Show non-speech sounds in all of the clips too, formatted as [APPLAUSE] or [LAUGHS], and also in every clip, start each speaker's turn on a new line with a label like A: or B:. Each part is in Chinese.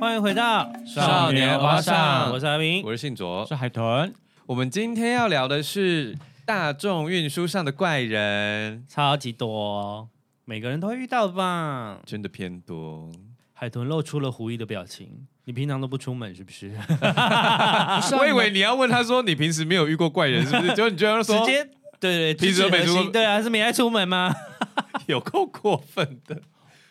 A: 欢迎回到
B: 少年华上
A: 我是阿明。
B: 我是信卓。
C: 是海豚，
B: 我们今天要聊的是大众运输上的怪人，
A: 超级多，每个人都会遇到吧？
B: 真的偏多。
A: 海豚露出了狐疑的表情。你平常都不出门是不
B: [LAUGHS]
A: 是？
B: 啊我以为你要问他说你平时没有遇过怪人是不 [LAUGHS] 是？结果你居然
A: 直
B: 说
A: 接对对，
B: 平时
A: 直
B: 都
A: 指
B: 没
A: 核
B: 出
A: 心对啊，是没爱出门吗？
B: 有够过分的。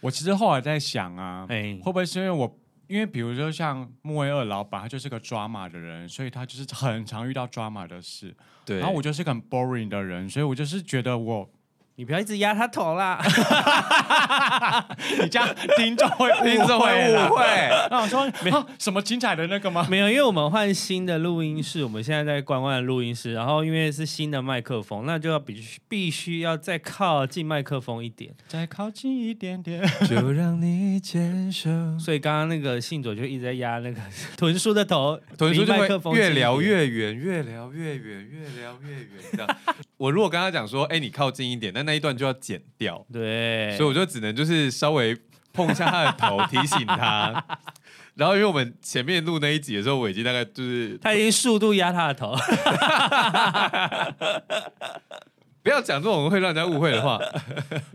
C: 我其实后来在想啊，
A: 哎
C: 会，不会是因为我，因为比如说像莫威二老板，他就是个 drama 的人，所以他就是很常遇到 drama 的事。
B: 对
C: 然后我就是个很 boring 的人，所以我就是觉得我，
A: 你不要一直压他头
B: [LAUGHS]
A: 啦。
C: 你这样听众会
B: 听众会
C: 啦
B: 误。会。
C: 那我说
A: [LAUGHS]
C: 啊，什么精彩的那个吗？
A: 没有，因为我们换新的录音室，我们现在在关关的录音室，然后因为是新的麦克风，那就要必须必须要再靠近麦克风一点。
C: 再靠近一点点， [LAUGHS]
B: 就让你坚 [LAUGHS] 守。
A: 所以刚刚那个信佐就一直在压那个 [LAUGHS] 豚叔的头，
B: 豚叔
A: 离
B: 就
A: 麦克
B: 会
A: 风
B: 越
A: 近一
B: 聊
A: 点
B: 越远，越聊越远，越聊越远这样。我如果跟他讲说，哎、你靠近一点，那那一段就要剪掉，
A: 对，
B: 所以我就只能就是稍微碰一下他的头，提醒他。然后因为我们前面录那一集的时候，我已经大概就是
A: 他已经速度压他的头， [LAUGHS]
B: 不要讲这种会让人家误会的话。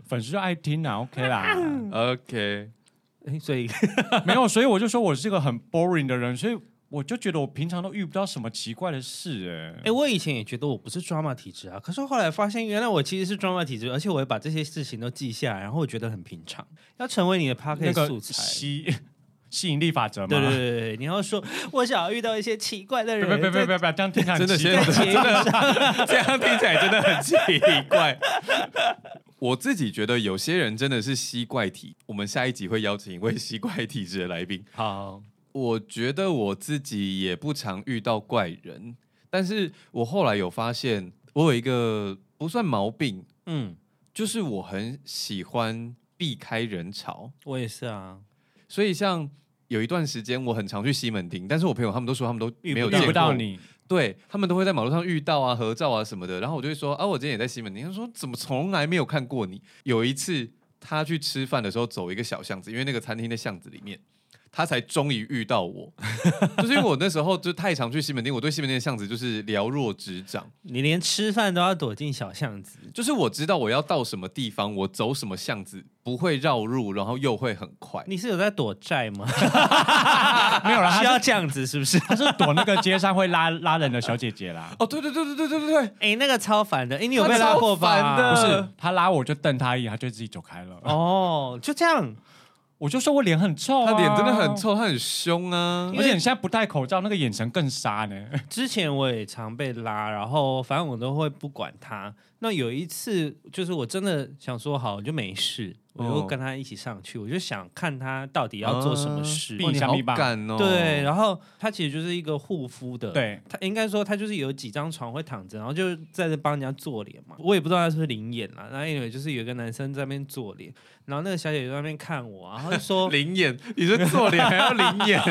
C: 粉丝就爱听啊，OK 啦。
B: OK，
A: 诶所以
C: 没有，所以我就说我是一个很 boring 的人，所以我就觉得我平常都遇不到什么奇怪的事、哎
A: 哎、、我以前也觉得我不是 drama 体质啊，可是后来发现，原来我其实是 drama 体质，而且我也把这些事情都记下来，然后我觉得很平常。要成为你的 p o c
C: 那
A: a s t
C: 个
A: 素材，
C: 吸 [LAUGHS] 吸引力法则嘛。
A: 对对对对对，你要说我想要遇到一些奇怪的人，
C: 别别别别别，这样听起来很
B: 真的
C: 奇
B: 先
C: 怪
A: 在在节目上，
B: [LAUGHS] 这样听起来真的很奇怪。我自己觉得有些人真的是吸怪体，我们下一集会邀请一位吸怪体质的来宾。
A: 好，
B: 我觉得我自己也不常遇到怪人，但是我后来有发现，我有一个不算毛病，
A: 嗯，
B: 就是我很喜欢避开人潮。
A: 我也是啊，
B: 所以像有一段时间，我很常去西门町，但是我朋友他们都说他们都
A: 遇不
B: 没有
A: 到
B: 见
C: 遇
B: 过
C: 不到，你，
B: 对他们都会在马路上遇到啊、合照啊什么的。然后我就会说啊，我今天也在西门町。他说怎么从来没有看过你？有一次他去吃饭的时候走一个小巷子，因为那个餐厅的巷子里面，他才终于遇到我。 [LAUGHS] 就是因为我那时候就太常去西门町，我对西门町的巷子就是了若指掌。
A: 你连吃饭都要躲进小巷子，
B: 就是我知道我要到什么地方，我走什么巷子不会绕路，然后又会很快。
A: 你是有在躲债吗？
C: [LAUGHS] 没有
A: 需
C: 啦，他
A: 要
C: 是
A: 这样子是不是？
C: 他是躲那个街上会拉拉人的小姐
A: [LAUGHS]
C: 姐啦。
B: 哦，对对对对对对对对，
A: 哎、那个超烦的，哎、你有被
B: 他
A: 拉
B: 超
A: 过吧？
B: 烦的
C: 不是
B: 呃，
C: 他拉我就瞪他一眼，他就自己走开了。哦，
A: 哦，就这样，
C: 我就说我脸很臭、啊
B: 他脸真的很，臭，他很凶啊
A: 因。
C: 而
A: 为
C: 且你现在不戴口罩，那个眼神更杀
B: [LAUGHS]
C: 呢。
A: 之前我也常被拉，然后反正我都会不管他。那有一次，就是我真的想说好，我就没事，我
B: 哦
A: 就跟他一起上去，我就想看他到底要做什么事。
C: 啊
B: 哇你好
C: 避一下
B: 敢哦！
A: 对，，然后他其实就是一个护肤的，，
C: 对，
A: 他应该说他就是有几张床会躺着，然后就在这帮人家做脸嘛。我也不知道他是不是灵眼啦，那因为就是有一个男生在那边做脸，然后那个小姐姐在那边看我，啊然后就
B: [LAUGHS]
A: 说
B: 灵眼，你是做脸还要灵
A: [LAUGHS]
B: 眼，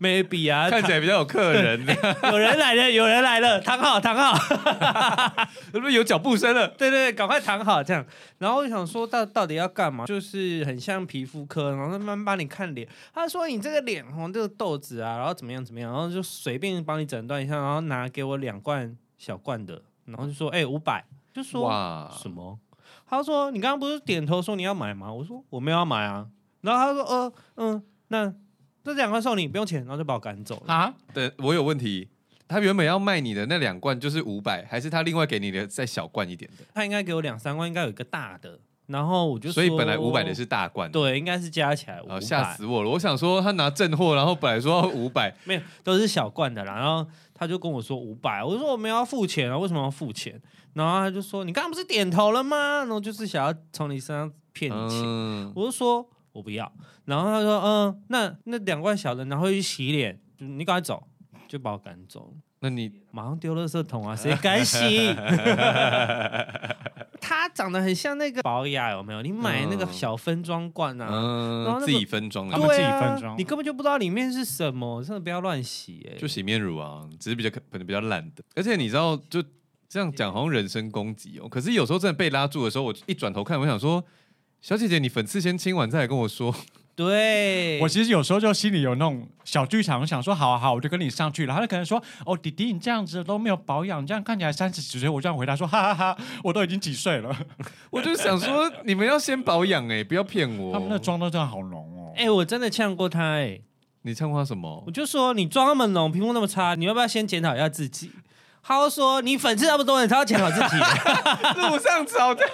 A: maybe 啊，
B: 看起来比较有客人。
A: 有人来了，有人来了，躺好，躺好。
B: [LAUGHS] 是不是有脚步声了？
A: 对对对，赶快躺好这样。然后我想说到到底要干嘛？就是很像皮肤科，然后慢慢帮你看脸。他说你这个脸红，这个痘子啊，然后怎么样怎么样，然后就随便帮你诊断一下，然后拿给我两罐小罐的，然后就说哎五百，500, 就说
B: 哇，
A: 什么？他说你刚刚不是点头说你要买吗？我说我没有要买啊。然后他说呃嗯，那这两罐送你，不用钱，然后就把我赶走了。
C: 啊，
B: 对，我有问题。他原本要卖你的那两罐就是五百，还是他另外给你的再小罐一点的？
A: 他应该给我两三罐，应该有一个大的。然后我就
B: 所以
A: 说
B: 本来五百的是大罐，
A: 对，应该是加起来五
B: 啊，
A: 百，
B: 吓死我了！我想说他拿正货，然后本来说五百，
A: 没有，都是小罐的啦。然后他就跟我说五百，我说我没有要付钱啊，为什么要付钱？然后他就说你刚刚不是点头了吗？然后就是想要从你身上骗你钱，
B: 嗯，
A: 我就说我不要。然后他说嗯，那那两罐小的，然后去洗脸，就你赶快走，就把我赶走了。
B: 那你
A: 马上丢垃圾桶
B: [LAUGHS]
A: 啊！谁敢洗？他长得很像那个保雅，有没有？你买那个
B: 嗯
A: 小分装罐啊，
B: 嗯、
A: 然后那个
B: 自己分装
C: 他
B: 的
C: 们
A: 对
C: 自己
A: 啊
C: 分装
A: 你根本就不知道里面是什么，真的不要乱洗哎、
B: 就洗面乳啊，只是比较可可能比较懒的，而且你知道就这样讲好像人身攻击哦。可是有时候真的被拉住的时候，我一转头看，我想说，小姐姐你粉刺先清完再来跟我说，
A: 对，
C: 我其实有时候就心里有那种小剧场，我想说好啊好啊，我就跟你上去了。他就可能说哦，弟弟你这样子都没有保养，你这样看起来三十几岁。我这样回答说哈哈哈，我都已经几岁了。
B: 我就想说，你们要先保养哎、不要骗我。
C: 他们的妆都真的好浓哦。
A: 哦哎、我真的呛过他哎、
B: 你唱过他什么
A: 我？就说你妆那么浓，皮肤那么差，你要不要先检讨一下自己？他又说你粉刺那么多，你才要检讨自己。
B: [LAUGHS] 路上找的，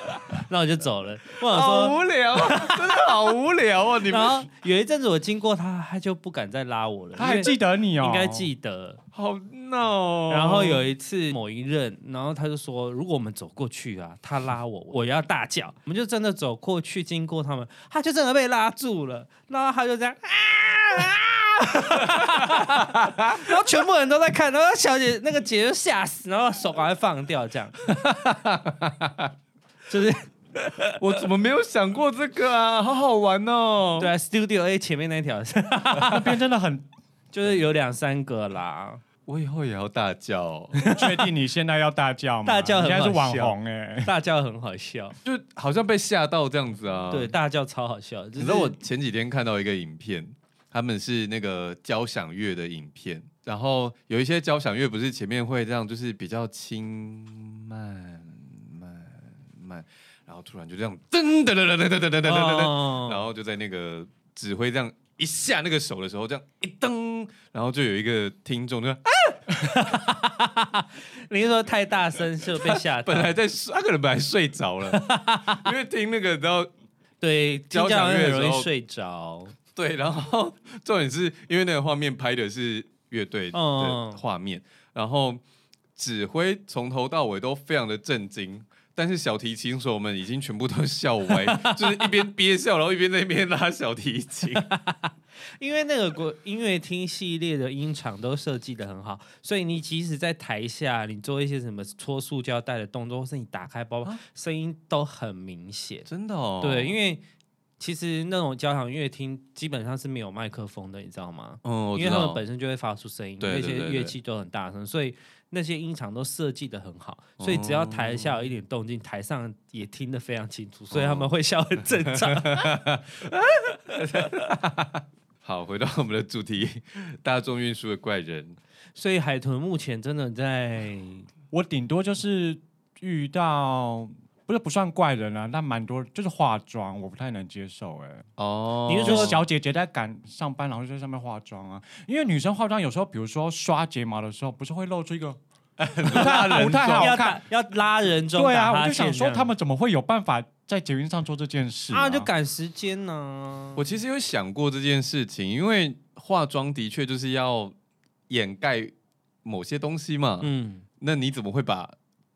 A: 那我就走了。我想
B: 好
A: 说，
B: 无聊，啊真的好无聊哦！
A: [LAUGHS]
B: 你
A: 然
B: 们
A: 后有一阵子我经过他，他就不敢再拉我了，
C: 他还
A: 因为
C: 记得你哦，
A: 应该记得。
B: 好闹、
A: 然后有一次某一任，然后他就说，如果我们走过去啊，他拉我，我要大叫。我们就真的走过去，经过他们，他就真啊的被拉住了，然后他就这样啊啊， [LAUGHS] 然后全部人都在看，然后小姐那个姐就吓死，然后手赶快放掉，这样， [LAUGHS] 就是
B: 我怎么没有想过这个啊？好好玩哦！
A: 对、啊、Studio A 前面那条， [LAUGHS]
C: 那边真的很
A: 就是有两三个啦。
B: 我以后也要大叫哦、
C: 确定 [LAUGHS] 你现在要大叫吗？
A: 大叫很
C: 你现在是网
A: 好笑
C: 红哎、
A: 大叫很好笑，
B: 就好像被吓到这样子啊。
A: 对，大叫超好笑。就是
B: 你知道我前几天看到一个影片，他们是那个交响乐的影片，然后有一些交响乐不是前面会这样，就是比较轻慢慢慢，然后突然就这样噔噔噔噔噔噔噔噔噔噔，
A: 哦
B: 然后就在那个指挥这样一下那个手的时候，这样一噔，然后就有一个听众就啊
A: 你是说太大声就被吓到
B: [LAUGHS] 本？来在睡啊他可能本来睡着了， [LAUGHS] 因为听那个然后
A: 对，听
B: 交
A: 这样
B: 响乐的
A: 很
B: 时候
A: 容易睡着。
B: 对，然后重点是因为那个画面拍的是乐队的
A: 嗯
B: 画面，然后指挥从头到尾都非常的震惊，但是小提琴手们已经全部都笑歪，就是一边憋笑，然后一边在那边拉小提琴。
A: 因为那个国音乐厅系列的音场都设计的很好，所以你即使在台下，你做一些什么搓塑胶带的动作，或是你打开包包，声音都很明显。
B: 真的啊哦
A: [LAUGHS] 对，因为其实那种交响乐厅基本上是没有麦克风的，你知道吗？
B: 嗯，我
A: 因为
B: 知
A: 他们
B: 道
A: 本身就会发出声音，
B: 对
A: 那
B: 对
A: 些
B: 对
A: 乐
B: 对
A: 器都很大声，所以那些音场都设计的很好，
B: 哦
A: 所以只要台下有一点动静，台上也听得非常清
B: 哦
A: 楚，所以他们会笑很正常。
B: [LAUGHS] 好，回到我们的主题，大众运输的怪人，
A: 所以海豚目前真的在
C: 我顶多就是遇到，不是不算怪人啊，但蛮多就是化妆，我不太能接受哎、
B: 哦
A: 你是
C: 就
A: 说
C: 是小姐姐在赶上班，然后就在上面化妆啊。因为女生化妆有时候，比如说刷睫毛的时候，不是会露出一个不太不太
A: 要打
C: 好看。
A: 要拉人中
C: 对
A: 打
C: 啊，
A: 哈
C: 我就想
A: 欠
C: 说
A: 这样
C: 他们怎么会有办法在捷运上做这件事
A: 啊就赶时间呢、
B: 我其实有想过这件事情，因为化妆的确就是要掩盖某些东西嘛。
A: 嗯，
B: 那你怎么会把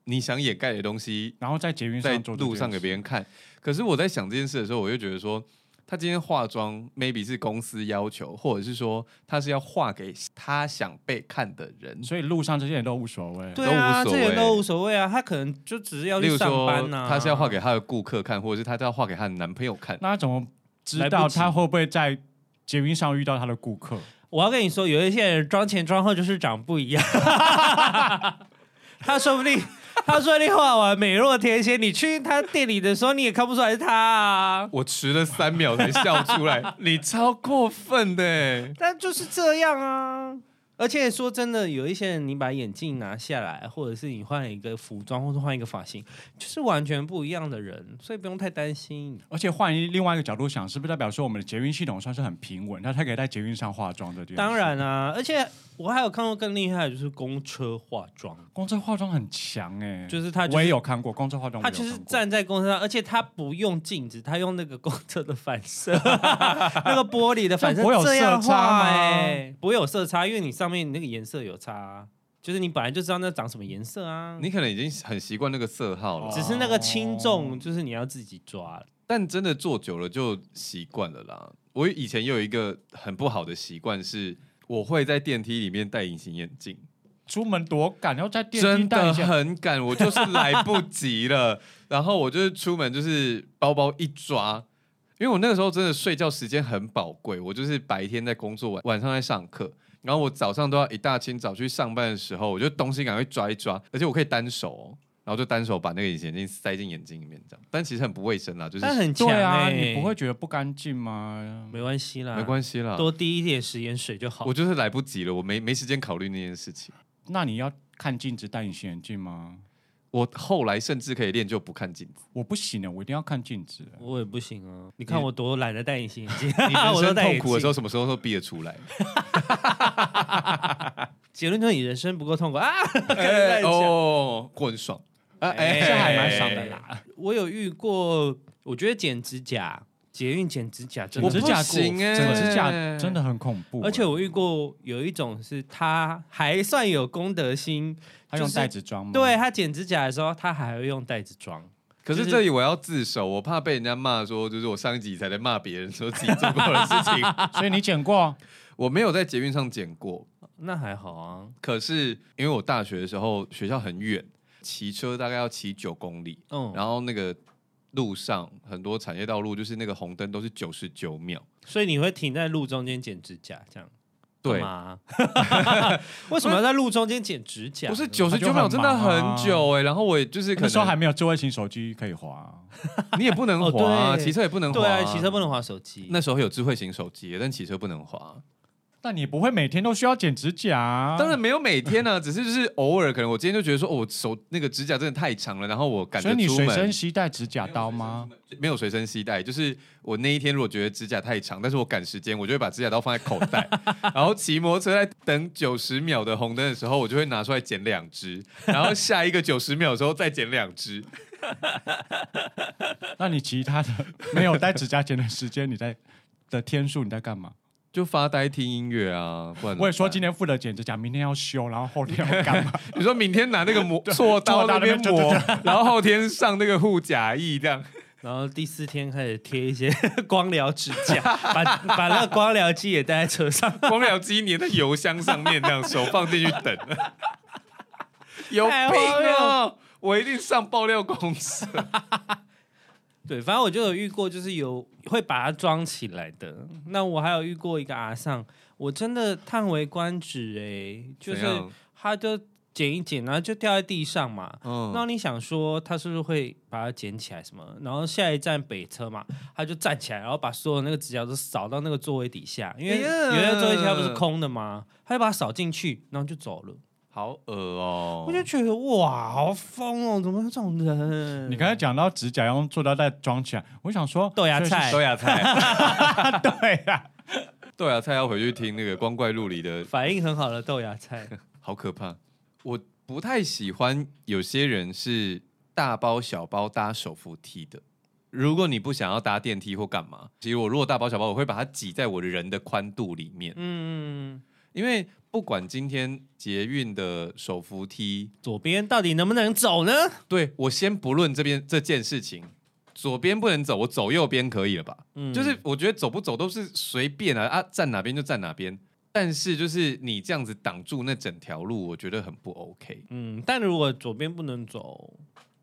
B: 你想掩盖的东西
C: 然后在捷运
B: 在
C: 上做这
B: 路
C: 件
B: 上给
C: 事
B: 别人看？可是我在想这件事的时候，我就觉得说，他今天化妆，maybe 是公司要求，或者是说他是要画给他想被看的人。
C: 所以路上这些人都无所谓。
A: 对啊，这
B: 都无所谓
A: 些都无所谓啊，他可能就只是要
B: 例
A: 去
B: 如
A: 上班啊
B: 说，
A: 呐、
B: 他是要画给他的顾客看，或者是他是要画给他的男朋友看。
C: 那他怎么知
A: 来不
C: 道
A: 及
C: 他会不会在捷运上遇到他的顾客？
A: 我要跟你说，有一些人妆前妆后就是长不一样， [LAUGHS] 他说不定他说不定画完美若天仙，你去他店里的时候你也看不出来是他啊。
B: 我迟了三秒才笑出来，你超过分的欸！
A: 但就是这样啊。而且说真的，有一些人你把眼镜拿下来，或者是你换了一个服装，或者换一个发型，就是完全不一样的人，所以不用太担心。
C: 而且换一另外一个角度想，是不是代表说我们的捷运系统算是很平稳？他才可以在捷运上化妆的。
A: 当然，啊，而且我还有看过更厉害的，就是公车化妆，
C: 公车化妆很强哎、
A: 就是他、就是、
C: 我也有看过公车化妆，
A: 他
C: 我也
A: 就
C: 有
A: 是
C: 看过
A: 站在公车上，而且他不用镜子，他用那个公车的反射， [LAUGHS] 那个玻璃的反射，
C: 这样不会有
A: 这样
C: 色差
A: 画
C: 吗
A: 欸不会有色差，因为你上面那个颜色有差啊，就是你本来就知道那长什么颜色啊。
B: 你可能已经很习惯那个色号了，
C: 哦
A: 只是那个轻
B: 哦
A: 重，就是你要自己抓。
B: 但真的坐久了就习惯了啦。我以前有一个很不好的习惯是，我会在电梯里面戴隐形眼镜，
C: 出门多赶，然后在电梯
B: 真
C: 带
B: 的
C: 一下。
B: 很赶，我就是来不及
C: [LAUGHS]
B: 了。然后我就是出门就是包包一抓，因为我那个时候真的睡觉时间很宝贵，我就是白天在工作，晚晚上在上课。然后我早上都要一大清早去上班的时候，我就东西赶快抓一抓，而且我可以单手、哦，然后就单手把那个隐形眼镜塞进眼睛里面，这样，但其实很不卫生啦，就是
A: 但很强
C: 对啊，
A: 欸
C: 你不会觉得不干净吗？
A: 没关系啦，
B: 没关系啦。
A: 多滴一点食盐水就好。
B: 我就是来不及了，我没没时间考虑那件事情。
C: 那你要看镜子戴隐形眼镜吗？
B: 我后来甚至可以练就不看镜子，
C: 我不行的，欸我一定要看镜子。
A: 我也不行啊！你看我多懒得戴隐形眼镜，
B: 你
A: [LAUGHS]
B: 人
A: 啊我都
B: 生
A: 戴
B: 痛
A: 眼
B: 苦的时
A: 镜
B: 候，。什么时候都逼得
A: [LAUGHS]
B: 出来。
A: 结论就是你人生不够痛苦啊！ [LAUGHS]
B: 哎
A: 乱讲
B: 哦，过很爽，啊哎，
A: 这还蛮
C: 爽的啦。
A: 我有遇过，我觉得剪指甲，捷运剪指甲真
B: 我
A: 的
B: 不
C: 指甲
B: 行欸
C: 整指甲真的很恐怖欸，
A: 而且我遇过有一种是他还算有公德心，
C: 他用
A: 就是
C: 袋子装
B: 嗯
C: 吗？
A: 对，他剪指甲的时候，他还会用袋子装。
B: 可是
A: 就是
B: 这里我要自首，我怕被人家骂说，就是我上一集才在骂别人说自己做过的事情，
A: [LAUGHS] 啊
C: 所以你剪过？
B: 我没有在捷运上剪过。
A: 那还好啊，
B: 可是因为我大学的时候学校很远，骑车大概要骑九公里，
A: 嗯，
B: 然后那个路上很多产业道路就是那个红灯都是九十九秒，
A: 所以你会停在路中间剪指甲这样。
B: 对
A: 干嘛？ [LAUGHS] 为什么要在路中间剪指甲呢？
B: 不是九十九
C: 就很
B: 秒真的
C: 忙啊
B: 很久哎、然后我也就是可
C: 那时候还
B: 能
C: 没有智慧型手机可以滑，啊
B: 你也不 [LAUGHS] 能
A: 哦
B: 滑啊，
A: 对
B: 骑车也不能滑，
A: 对啊，骑车不。能滑手机。
B: 那时候有智慧型手机，但骑车不能滑。啊
C: 但你不会每天都需要剪指甲啊。
B: 当然没有每天 [LAUGHS] 呢、啊，只是就是偶尔，可能我今天就觉得说，哦，我手那个指甲真的太长了，然后我赶着
C: 所以你
B: 出
C: 随身
B: 门，
C: 携带指甲刀吗？
B: 没有随身携带，就是我那一天如果觉得指甲太长，但是我赶时间，我就会把指甲刀放在口 [LAUGHS] 袋，然后骑摩托车在等九十秒的红灯的时候，我就会拿出来剪两只，然后下一个九十秒的时候再剪两只，
C: 那你其他的
A: [LAUGHS]
C: 没有带指甲剪的时间，你在的天数你在干嘛？
B: 就发呆听音乐啊。不然怎么办
C: 我也说今天负责剪指甲，明天要修，然后后天要干嘛？
B: 你说明天拿那个磨锉刀
C: 锉刀
B: 那
C: 那
B: 边
C: 边
B: 磨，然后后天上那个护甲液这样。
A: 然后第四天开始贴一些 [LAUGHS] 光疗指甲，把把那个光疗机也带在车上，
B: 光疗机粘在油箱上面，这样手放进去等，有病
A: 太荒谬
B: 哦！我一定上爆料公司。
A: 对，反正我就有遇过，就是有会把它装起来的。那我还有遇过一个阿尚，我真的叹为观止哎、就是
B: 怎样
A: 他就捡一捡，然后就掉在地上嘛。那
B: 嗯，
A: 你想说他是不是会把它捡起来什么？然后下一站北车嘛，他就站起来，然后把所有那个指甲都扫到那个座位底下，因为
B: 哎
A: 有
B: 呀
A: 些座位底下不是空的吗？他就把它扫进去，然后就走了。
B: 好恶哦
A: 我就觉得哇，好疯哦！怎么会有这种人？
C: 你刚才讲到指甲用塑料袋装起来，我想说
A: 豆芽
C: 所以
A: 啊菜
B: 豆芽 [LAUGHS] 菜，
C: 是对啊呀、
B: 豆芽啊菜要回去听那个光怪陆离的，
A: 反应很好的豆芽菜，嗯
B: 好可怕。我不太喜欢有些人是大包小包搭手扶梯的。如果你不想要搭电梯或干嘛，其实我如果大包小包，我会把它挤在我的人的宽度里面，
A: 嗯，
B: 因为不管今天捷运的手扶梯
A: 左边到底能不能走呢？
B: 对我先不论这边这件事情，左边不能走，我走右边可以了吧？
A: 嗯，
B: 就是我觉得走不走都是随便啊，啊站哪边就站哪边。但是就是你这样子挡住那整条路，我觉得很不 OK。
A: 嗯，但如果左边不能走，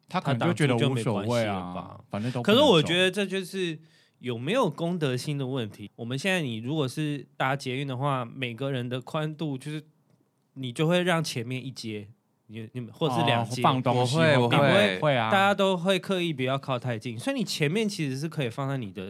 C: 他可能就觉得无所谓啊，反正都不
A: 可
C: 能
A: 是
C: 走。
A: 我觉得这就是有没有公德心的问题。我们现在你如果是搭捷运的话，每个人的宽度就是你就会让前面一阶，你你们或者是两
C: 哦
A: 阶。
C: 放东西，
B: 我会
C: 或
B: 我
C: 干嘛
B: 会
C: 会啊，
A: 大家都会刻意不要靠太近，所以你前面其实是可以放在你的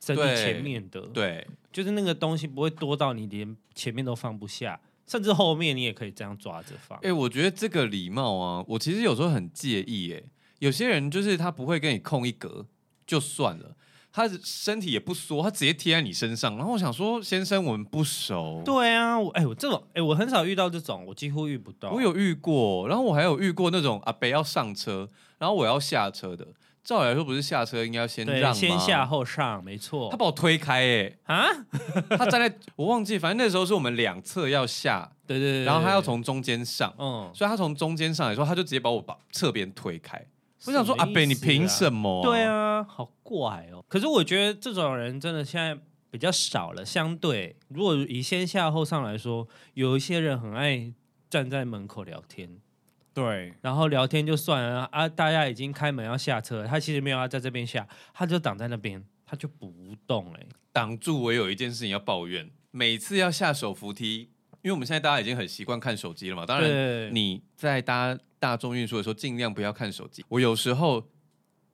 A: 身体
B: 对
A: 前面的，
B: 对，
A: 就是那个东西不会多到你连前面都放不下，甚至后面你也可以这样抓着放
B: 哎、。我觉得这个礼貌啊，我其实有时候很介意、哎，有些人就是他不会跟你空一格就算了，他身体也不缩，他直接贴在你身上。然后我想说，先生，我们不熟。
A: 对啊，我哎、我这种哎、我很少遇到这种，我几乎遇不到。
B: 我有遇过，然后我还有遇过那种阿北要上车，然后我要下车的。照理来说，不是下车应该要先
A: 对
B: 让吗
A: 先下，后上，没错
B: 他。把我推开哎、
A: 啊，
B: [LAUGHS] 他站在我忘记，反正那时候是我们两侧要下，
A: 对对对对
B: 然后他要从中间上，
A: 嗯，
B: 所以他从中间上来说，他就直接把我把侧边推开。我想说，
A: 什
B: 阿
A: 么意思啊
B: 北，你凭什么？
A: 对，啊，好怪哦。可是我觉得这种人真的现在比较少了。相对，如果以先下后上来说，有一些人很爱站在门口聊天，
C: 对，
A: 然后聊天就算了啊，大家已经开门要下车了，他其实没有要在这边下，他就挡在那边，他就不动哎、
B: 挡住我有一件事情要抱怨，每次要下手扶梯，因为我们现在大家已经很习惯看手机了嘛，当然
A: 对，
B: 你在搭大众运输的时候，尽量不要看手机。我有时候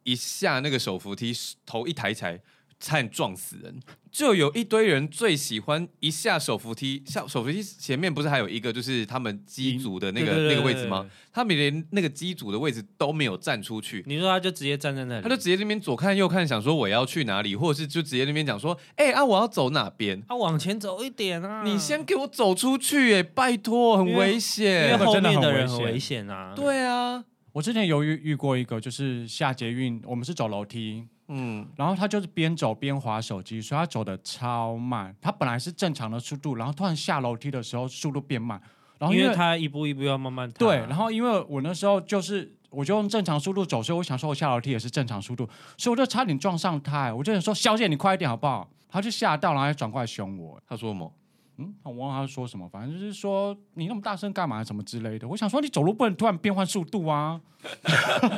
B: 一下那个手扶梯，头一抬起来，差点撞死人。就有一堆人最喜欢一下手扶梯，下手扶梯前面不是还有一个就是他们机组的那个
A: 对对对
B: 那个位置
A: 对
B: 吗？他们连那个机组的位置都没有站出去，
A: 你说他就直接站在那里，
B: 他就直接那边左看右看，想说我要去哪里，或者是就直接那边讲说，哎、啊我要走哪边。
A: 啊往前走一点啊，
B: 你先给我走出去、哎，拜托，很
A: 因为
B: 危
A: 因为
B: 险。
A: 后面的
C: 真的
A: 人
C: 很
A: 很
C: 危
A: 危险啊，，
B: 对啊，
C: 我之前有遇遇过一个，就是下捷运，我们是走楼梯，
B: 嗯，
C: 然后他就是边走边划手机，所以他走的超慢。他本来是正常的速度，然后突然下楼梯的时候速度变慢，然后
A: 因
C: 因
A: 为他一步一步要慢慢踏
C: 对，然后因为我那时候就是我就用正常速度走，所以我想说我下楼梯也是正常速度，所以我就差点撞上他、我就想说小姐你快一点好不好？他就吓到，然后还转过来凶我、
B: 他说什么？ [LAUGHS]
C: 嗯，我忘了他说什么，反正就是说你那么大声干嘛什么之类的。我想说你走路不能突然变换速度啊，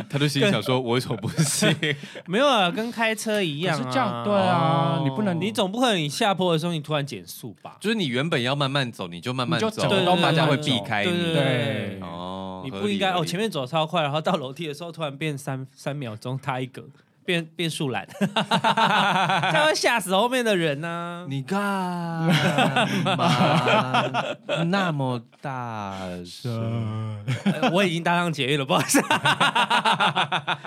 B: 他就心里想说：“我为什么不信？
A: 没有啊，跟开车一样、啊，
C: 可是这样对啊
A: 哦
C: 你不能
A: 你总不可能你下坡的时候你突然减速吧？
B: [LAUGHS] 就是你原本要慢慢走，你就慢慢
C: 你就
B: 走，
C: 走
A: 对
C: 都
B: 大
C: 慢
B: 家
C: 慢
B: 会
C: 走
B: 避开
A: 对对
B: 你。
A: 对
C: 对
B: 哦，
A: 你
B: 合
A: 不
B: 理
A: 应该
B: 合
A: 哦，
B: 理
A: 前面走超快，然后到楼梯的时候突然变三三秒钟，踏一格，变变树懒，这样会吓死后面的人啊呐、[LAUGHS]
B: 你干嘛那么大声？
A: 呃我已经搭上捷运了，不好意思，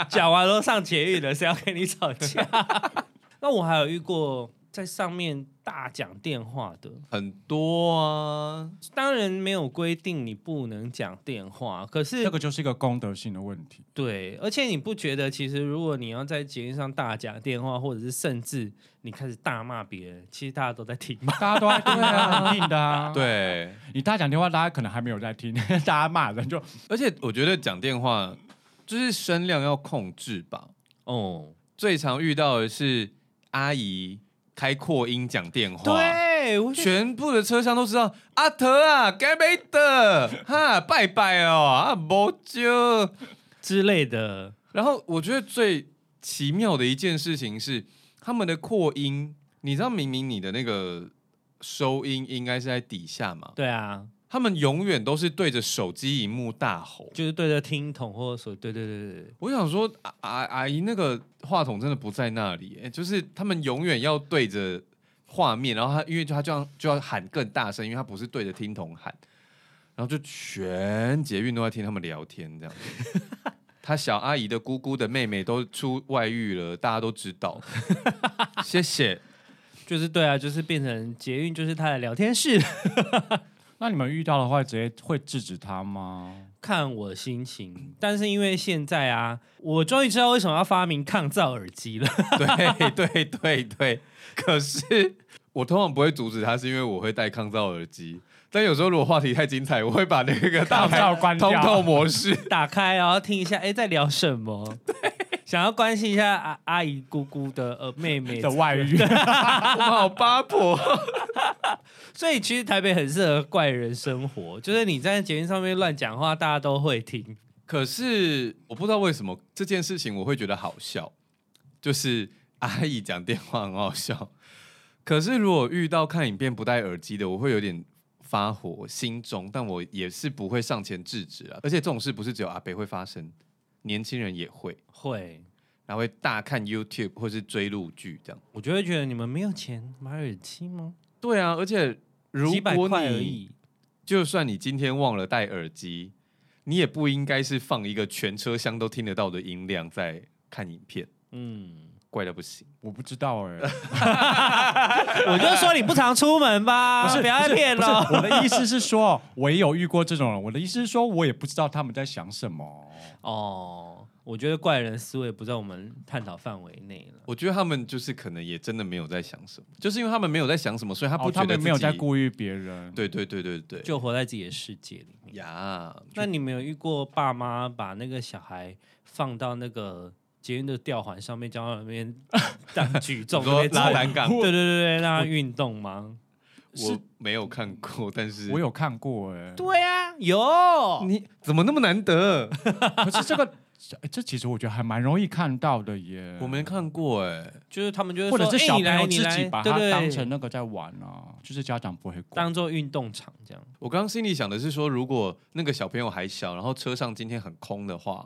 A: 讲完都上捷运了，谁要跟你吵架？ [LAUGHS] 那我还有遇过在上面大讲电话的，
B: 很多啊，
A: 当然没有规定你不能讲电话，可是
C: 这个就是一个功德性的问题。
A: 对，而且你不觉得其实如果你要在捷运上大讲电话，或者是甚至你开始大骂别人，其实大家都在听吗？
C: 大家都在听啊，很硬的啊。，
B: 对。
C: 你大家讲电话，大家可能还没有在听， [LAUGHS] 大家骂人就
B: 而且我觉得讲电话就是声量要控制吧。
A: 哦，
B: 最常遇到的是阿姨开扩音讲电
A: [LAUGHS]
B: 话，
A: 对，我觉得
B: 全部的车厢都知道阿德啊，该没的哈，拜拜哦，啊，没救。
A: 之类的，
B: 然后我觉得最奇妙的一件事情是，他们的扩音，你知道，明明你的那个收音应该是在底下嘛，
A: 对啊，
B: 他们永远都是对着手机荧幕大吼。
A: 就是对着听筒或者说，对对对对对，
B: 我想说，阿阿阿姨那个话筒真的不在那里，哎就是他们永远要对着画面，然后他因为他这样就要喊更大声，因为他不是对着听筒喊，然后就全捷运都在听他们聊天这样。他小阿姨的姑姑的妹妹都出外遇了，大家都知道。谢谢。
A: 就是对啊，就是变成捷运就是他的聊天室， [LAUGHS]
C: 那你们遇到的话，直接会制止他吗？
A: 看我心情。但是因为现在啊，我终于知道为什么要发明抗噪耳机了。 [LAUGHS]
B: [LAUGHS] 对对对对，可是我通常不会阻止他，是因为我会戴抗噪耳机。但有时候如果话题太精彩，我会把那个大
C: 大
B: 牌
C: 照关
B: 通透
C: 掉。
B: 模式。
A: 打开，然后听一下，哎，在聊什
C: [LAUGHS]
A: 么？想要关心一下阿阿姨、姑姑的呃妹妹
C: [LAUGHS] 的，外遇，
B: 我们好八婆，
A: 所以其实台北很适合怪人生活，就是你在捷运上面乱讲话，大家都会听。
B: 可是我不知道为什么这件事情我会觉得好笑，就是阿姨讲电话很好笑。可是如果遇到看影片不戴耳机的，我会有点发火，心中，但我也是不会上前制止啊。而且这种事不是只有阿北会发生，年轻人也会，
A: 会，
B: 然后会大看 YouTube 或是追录剧这样。
A: 我就会觉得你们没有钱买耳机吗？
B: 对啊，而且如
A: 几百
B: 果
A: 块而
B: 你
A: 已。
B: 就算你今天忘了戴耳机，你也不应该是放一个全车厢都听得到的音量在看影片。
A: 嗯，
B: 怪到不行。啊
C: 我不知道哎、
A: 我就说你不常出门吧，
C: [LAUGHS] 不是
A: 不要再骗
C: 不是
A: 了。
C: 我的意思是说，我也有遇过这种人。我的意思是说，我也不知道他们在想什么。
A: 哦，我觉得怪人思维不在我们探讨范围内了。
B: 我觉得他们就是可能也真的没有在想什么，就是因为他们没有在想什么，所以他
C: 他
B: 不
C: 哦、
B: 觉
C: 他
B: 得
C: 们
B: 自己
C: 没有在顾虑别人。
B: 对对对对对，
A: 就活在自己的世界里面。
B: 呀，
A: 那你们有遇过爸妈把那个小孩放到那个捷运的吊环上面，叫他那边当举重
B: 你，
A: 那
B: 说
A: 边做
B: 拉单杠，
A: 对对对对，让他运动吗？
B: 我没有看过，但是
C: 我有看过哎、
A: 对啊，有，
B: 你怎么那么难得？
C: 可是这个，哎这其实我觉得还蛮容易看到的耶。
B: 我没看过哎、
A: 就是他们就是
C: 或者
A: 说
C: 是
A: 哎
C: 小
A: 你
C: 朋
A: 来
C: 友
A: 你
C: 自己
A: 来
C: 把
A: 对
C: 它
A: 对
C: 当成那个在玩啊，就是家长不会管。
A: 当做运动场这样。
B: 我刚刚心里想的是说，如果那个小朋友还小，然后车上今天很空的话，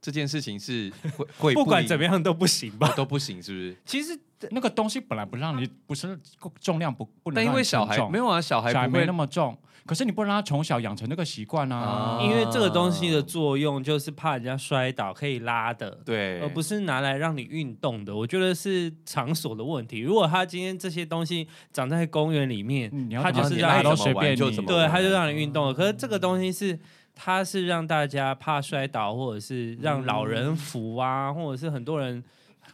B: 这件事情是 [LAUGHS] 会会
A: 不管怎么
B: 样、
A: 样都不行吧？
B: 哦都不行，是不是？
A: 其实
C: 那个东西本来不让你，不是重量不不能
B: 但
C: 让你称
B: 因为
C: 重，
B: 小孩没有啊，小孩
C: 小孩
B: 不
C: 没
B: 会
C: 那么重，可是你不能让他从小养成那个习惯啊。
B: 啊
A: 因为这个东西的作用就是怕人家摔倒，可以拉的。
B: 对，
A: 而不是拿来让你运动的，我觉得是场所的问题。如果他今天这些东西长在公园里面，
C: 嗯你要
A: 他
C: 怎么
A: 就是
C: 你
A: 让
C: 爱
A: 你
C: 都
B: 怎么
C: 随
B: 玩
C: 便
B: 就
C: 你
B: 怎么
A: 对，
B: 玩
A: 他就让你运
C: 嗯
A: 动了。可是这个东西是，它是让大家怕摔倒，或者是让
C: 嗯
A: 老人扶啊，或者是很多人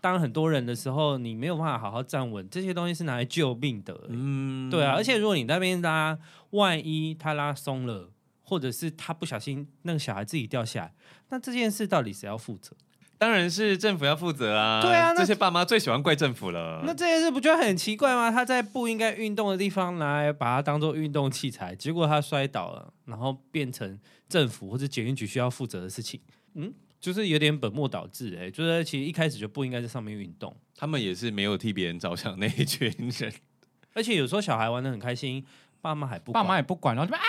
A: 当很多人的时候，你没有办法好好站稳，这些东西是拿来救命的。
B: 嗯
A: 对啊，而且如果你那边拉，万一他拉松了，或者是他不小心那个小孩自己掉下来，那这件事到底谁要负责？
B: 当然是政府要负责啊。
A: 对啊那
B: 这些爸妈最喜欢怪政府了。
A: 那这件事不就很奇怪吗？他在不应该运动的地方拿来把它当做运动器材，结果他摔倒了，然后变成政府或者检运局需要负责的事情。嗯，就是有点本末倒置哎、就是其实一开始就不应该在上面运动，
B: 他们也是没有替别人着想那一群人，
A: 而且有时候小孩玩的很开心，爸妈还不
C: 爸
A: 管
C: 妈也不管，然后就啊
B: [LAUGHS]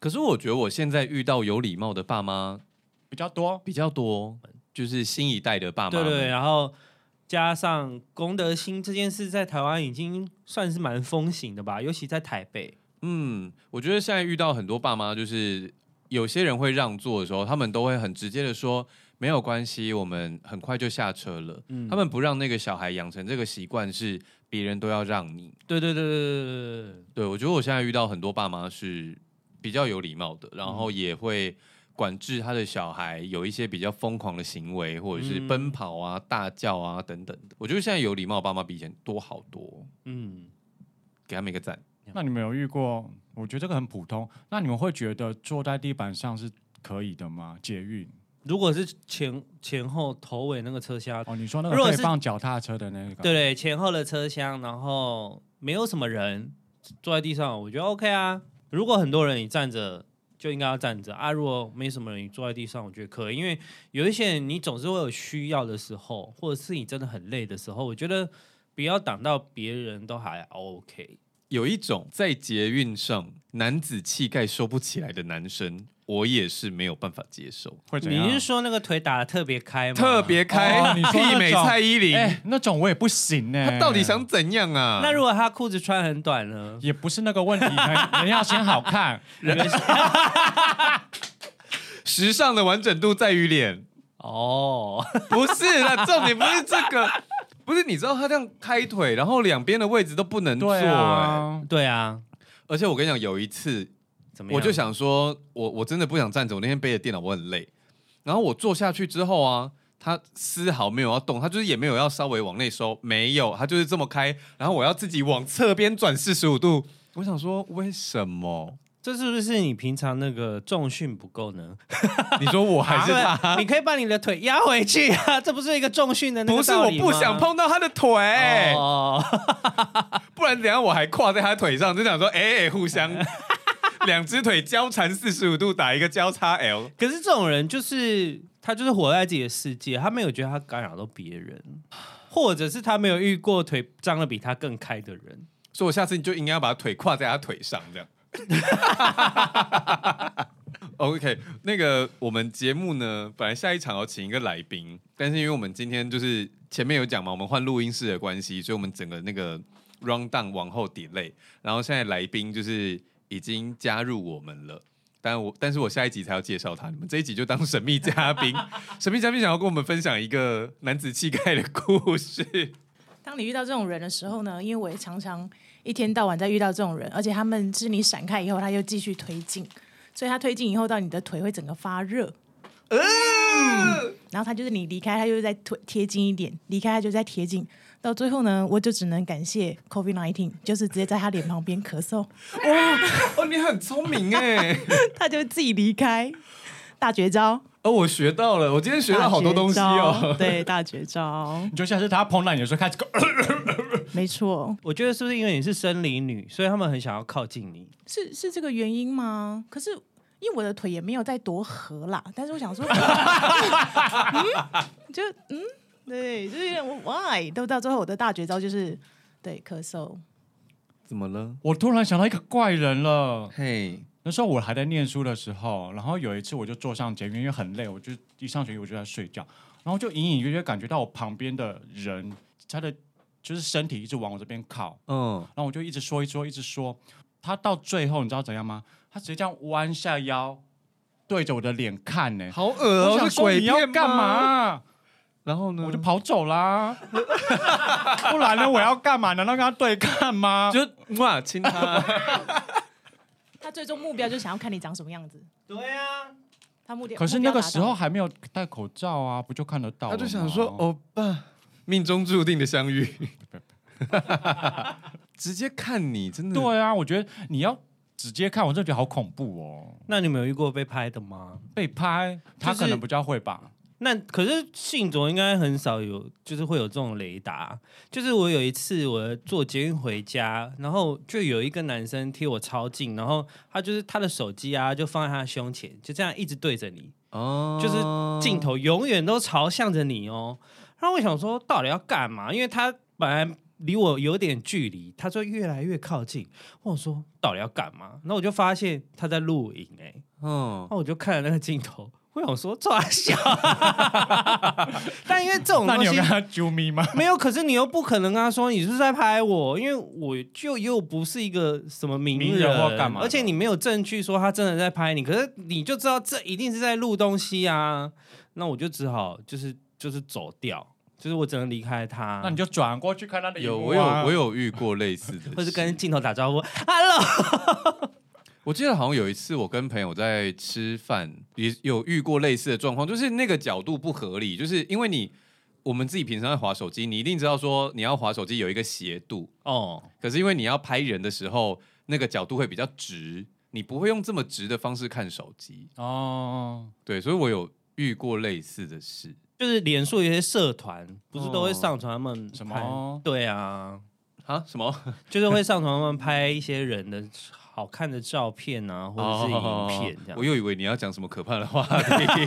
B: 可是我觉得我现在遇到有礼貌的爸妈
C: 比较多。
B: 比较多，就是新一代的爸妈。
A: 对对，，然后加上公德心这件事，在台湾已经算是蛮风行的吧，尤其在台北。
B: 嗯，我觉得现在遇到很多爸妈，就是有些人会让座的时候，他们都会很直接的说没有关系，我们很快就下车了。
A: 嗯
B: 他们不让那个小孩养成这个习惯，是别人都要让你。
A: 对对对对对对对对，
B: 对我觉得我现在遇到很多爸妈是比较有礼貌的，然后
A: 嗯
B: 也会管制他的小孩有一些比较疯狂的行为，或者是
A: 嗯
B: 奔跑啊、大叫啊等等的。我觉得现在有礼貌的爸妈比以前多好多，
A: 嗯，
B: 给他们一个赞。
C: 那你们有遇过？我觉得这个很普通。那你们会觉得坐在地板上是可以的吗？捷运
A: 如果是前前后头尾那个车厢，
C: 哦，你说那个
A: 如果
C: 可以
A: 是
C: 放脚踏车的那个，
A: 对对，前后的车厢，然后没有什么人坐在地上，我觉得 OK 啊。如果很多人你站着，就应该要站着啊。如果没什么人，你坐在地上，我觉得可以，因为有一些人你总是会有需要的时候，或者是你真的很累的时候，我觉得不要挡到别人都还 OK。
B: 有一种在捷运上男子气概收不起来的男生，我也是没有办法接受。
C: 会怎样？
A: 你是说那个腿打的特别开吗？
B: 特。别开，
C: 哦你说那
B: 媲美
C: 种
B: 蔡依林，
C: 哎、那种我也不行哎呢、
B: 他到底想怎样啊？
A: 那如果他裤子穿很短呢？
C: 也不是那个问题，人人要先好
B: [LAUGHS]
C: 看。啊
B: 时尚的完整度在于脸，
A: 哦，
B: 不是啦，重点不是这个，不是你知道他这样开腿，然后两边的位置都不能坐、
C: 对啊，
A: [LAUGHS] 对啊，
B: 哎而且我跟你讲，有一次
A: 怎么样？
B: 我就想说，我我真的不想站着，我那天背着电脑我很累，然后我坐下去之后啊。他丝毫没有要动，他就是也没有要稍微往内收，没有，他就是这么开。然后我要自己往侧边转四十五度，我想说为什么？
A: 这是不是你平常那个重训不够呢？
B: 你说我还是
A: [LAUGHS] 对
B: 他？
A: 你可以把你的腿压回去啊，这不是一个重训的那
B: 不
A: 个
B: 是
A: 道
B: 我
A: 理吗
B: 不想碰哎到他的腿，
A: 哦，
B: [LAUGHS] 不然等下我还跨在他腿上，就想说，哎、哎
A: [LAUGHS]
B: 互相两只腿交缠四十五度，打一个交叉 L。
A: 可是这种人就是他就是活在自己的世界，他没有觉得他干扰到别人，或者是他没有遇过腿张的比他更开的人。
B: 所以我下次就应该要把腿跨在他腿上，这样。OK，那个我们节目呢，本来下一场要请一个来宾，但是因为我们今天就是前面有讲嘛，我们换录音室的关系，所以我们整个那个 round down 往后 delay，然后现在来宾就是已经加入我们了。但我但是我下一集才要介绍他，你们这一集就当神秘嘉宾。 [LAUGHS] 神秘嘉宾想要跟我们分享一个男子气概的故事。
D: 当你遇到这种人的时候呢，因为我也常常一天到晚在遇到这种人，而且他们是你闪开以后，他又继续推进，所以他推进以后到你的腿会整个发热。
B: 呃
D: 然后他就是你离开，他就是再推贴近一点，离开他就再贴近，到最后呢，我就只能感谢 COVID nineteen，就是直接在他脸旁边咳嗽，
B: 哦，你很聪明哎。
D: 他就自己离开，大绝招，
B: 哦，我学到了，我今天学到好多东西
D: 大绝招
B: 哦。
D: 对，大绝招，
C: 你就像是他碰到你的时候开始，
D: 没错，
A: 我觉得是不是因为你是生理女，所以他们很想要靠近你？
D: 是是这个原因吗？可是因为我的腿也没有在多合啦，但是
C: [LAUGHS]
D: 我想说，嗯，就嗯，对，就是有点我 why 都到最后我的大绝招就是对咳嗽，
B: [LAUGHS] 怎么了？
C: 我突然想到一个怪人了。
B: 嘿、
C: 那时候我还在念书的时候，然后有一次我就坐上捷运，因为很累，我就一上学我就在睡觉，然后就隐隐约约感觉到我旁边的人，他的就是身体一直往我这边靠，
B: 嗯，
C: 然后我就一直说一直说一直说，他到最后你知道怎样吗？他直接这样弯下腰，对着我的脸看呢、
B: 好恶
C: 我
B: 哦、
C: 想
B: 是
C: 说
B: 鬼
C: 你要
B: 片
C: 干
B: 吗？
C: 嘛？
B: 然后呢？
C: 我就跑走啦，
B: [LAUGHS]
C: [LAUGHS] 不然呢？我要干嘛？难道跟他对看吗？
B: 就哇亲 [LAUGHS] 他，
D: 他最终目标就是想要看你长什么样子，
A: 对呀、啊，
D: 他目的
C: 可是
D: 目标
C: 那个
D: 达到
C: 时候还没有戴口罩啊，不就看得到了
B: 他
C: 吗？
B: 就想说欧巴， [LAUGHS] 命中注定的相遇， [LAUGHS] 直接看你真的
C: 对啊，我觉得你要直接看，我就觉得好恐怖哦。
A: 那你们有遇过被拍的吗？
C: 被拍，他可能比较会吧。
A: 那可是信卓应该很少有，就是会有这种雷达。就是我有一次我坐捷运回家，然后就有一个男生贴我超近，然后他就是他的手机啊，就放在他的胸前，就这样一直对着你，
B: 哦
A: 就是镜头永远都朝向着你哦。然后我想说，到底要干嘛？因为他本来离我有点距离，他就越来越靠近。我说到底要干嘛？然后我就发现他在录影哎、
B: 嗯
A: 然，后我就看了那个镜头，我想说抓笑， [LAUGHS] 但因为这种
C: 那
A: 东
C: 你有
A: 西
C: 跟他啾咪吗？
A: 没有，可是你又不可能跟他说你是在拍我，因为我就又不是一个什么名
C: 名人或干嘛的
A: 而且你没有证据说他真的在拍你，可是你就知道这一定是在录东西啊，那我就只好就是就是走掉，就是我只能离开他。
C: 那你就转过去看他的荧
B: 有
C: 幕
B: 我有
C: 啊、
B: 我有遇过类似的事，
A: 或是跟镜头打招呼，Hello，
B: 我记得好像有一次，我跟朋友在吃饭，也有遇过类似的状况，就是那个角度不合理，就是因为你我们自己平常在划手机，你一定知道说你要划手机有一个斜度，
A: 哦，
B: 可是因为你要拍人的时候，那个角度会比较直，你不会用这么直的方式看手机。
C: 哦，
B: 对，所以我有遇过类似的事。
A: 就是脸书有些社团不是都会上传他们
C: 哦什
A: 拍
C: 么
A: 对啊，
B: 啊？什么？
A: 就是会上传他们拍一些人的好看的照片啊，或者是影片这样。
B: 我又以为你要讲什么可怕的话题、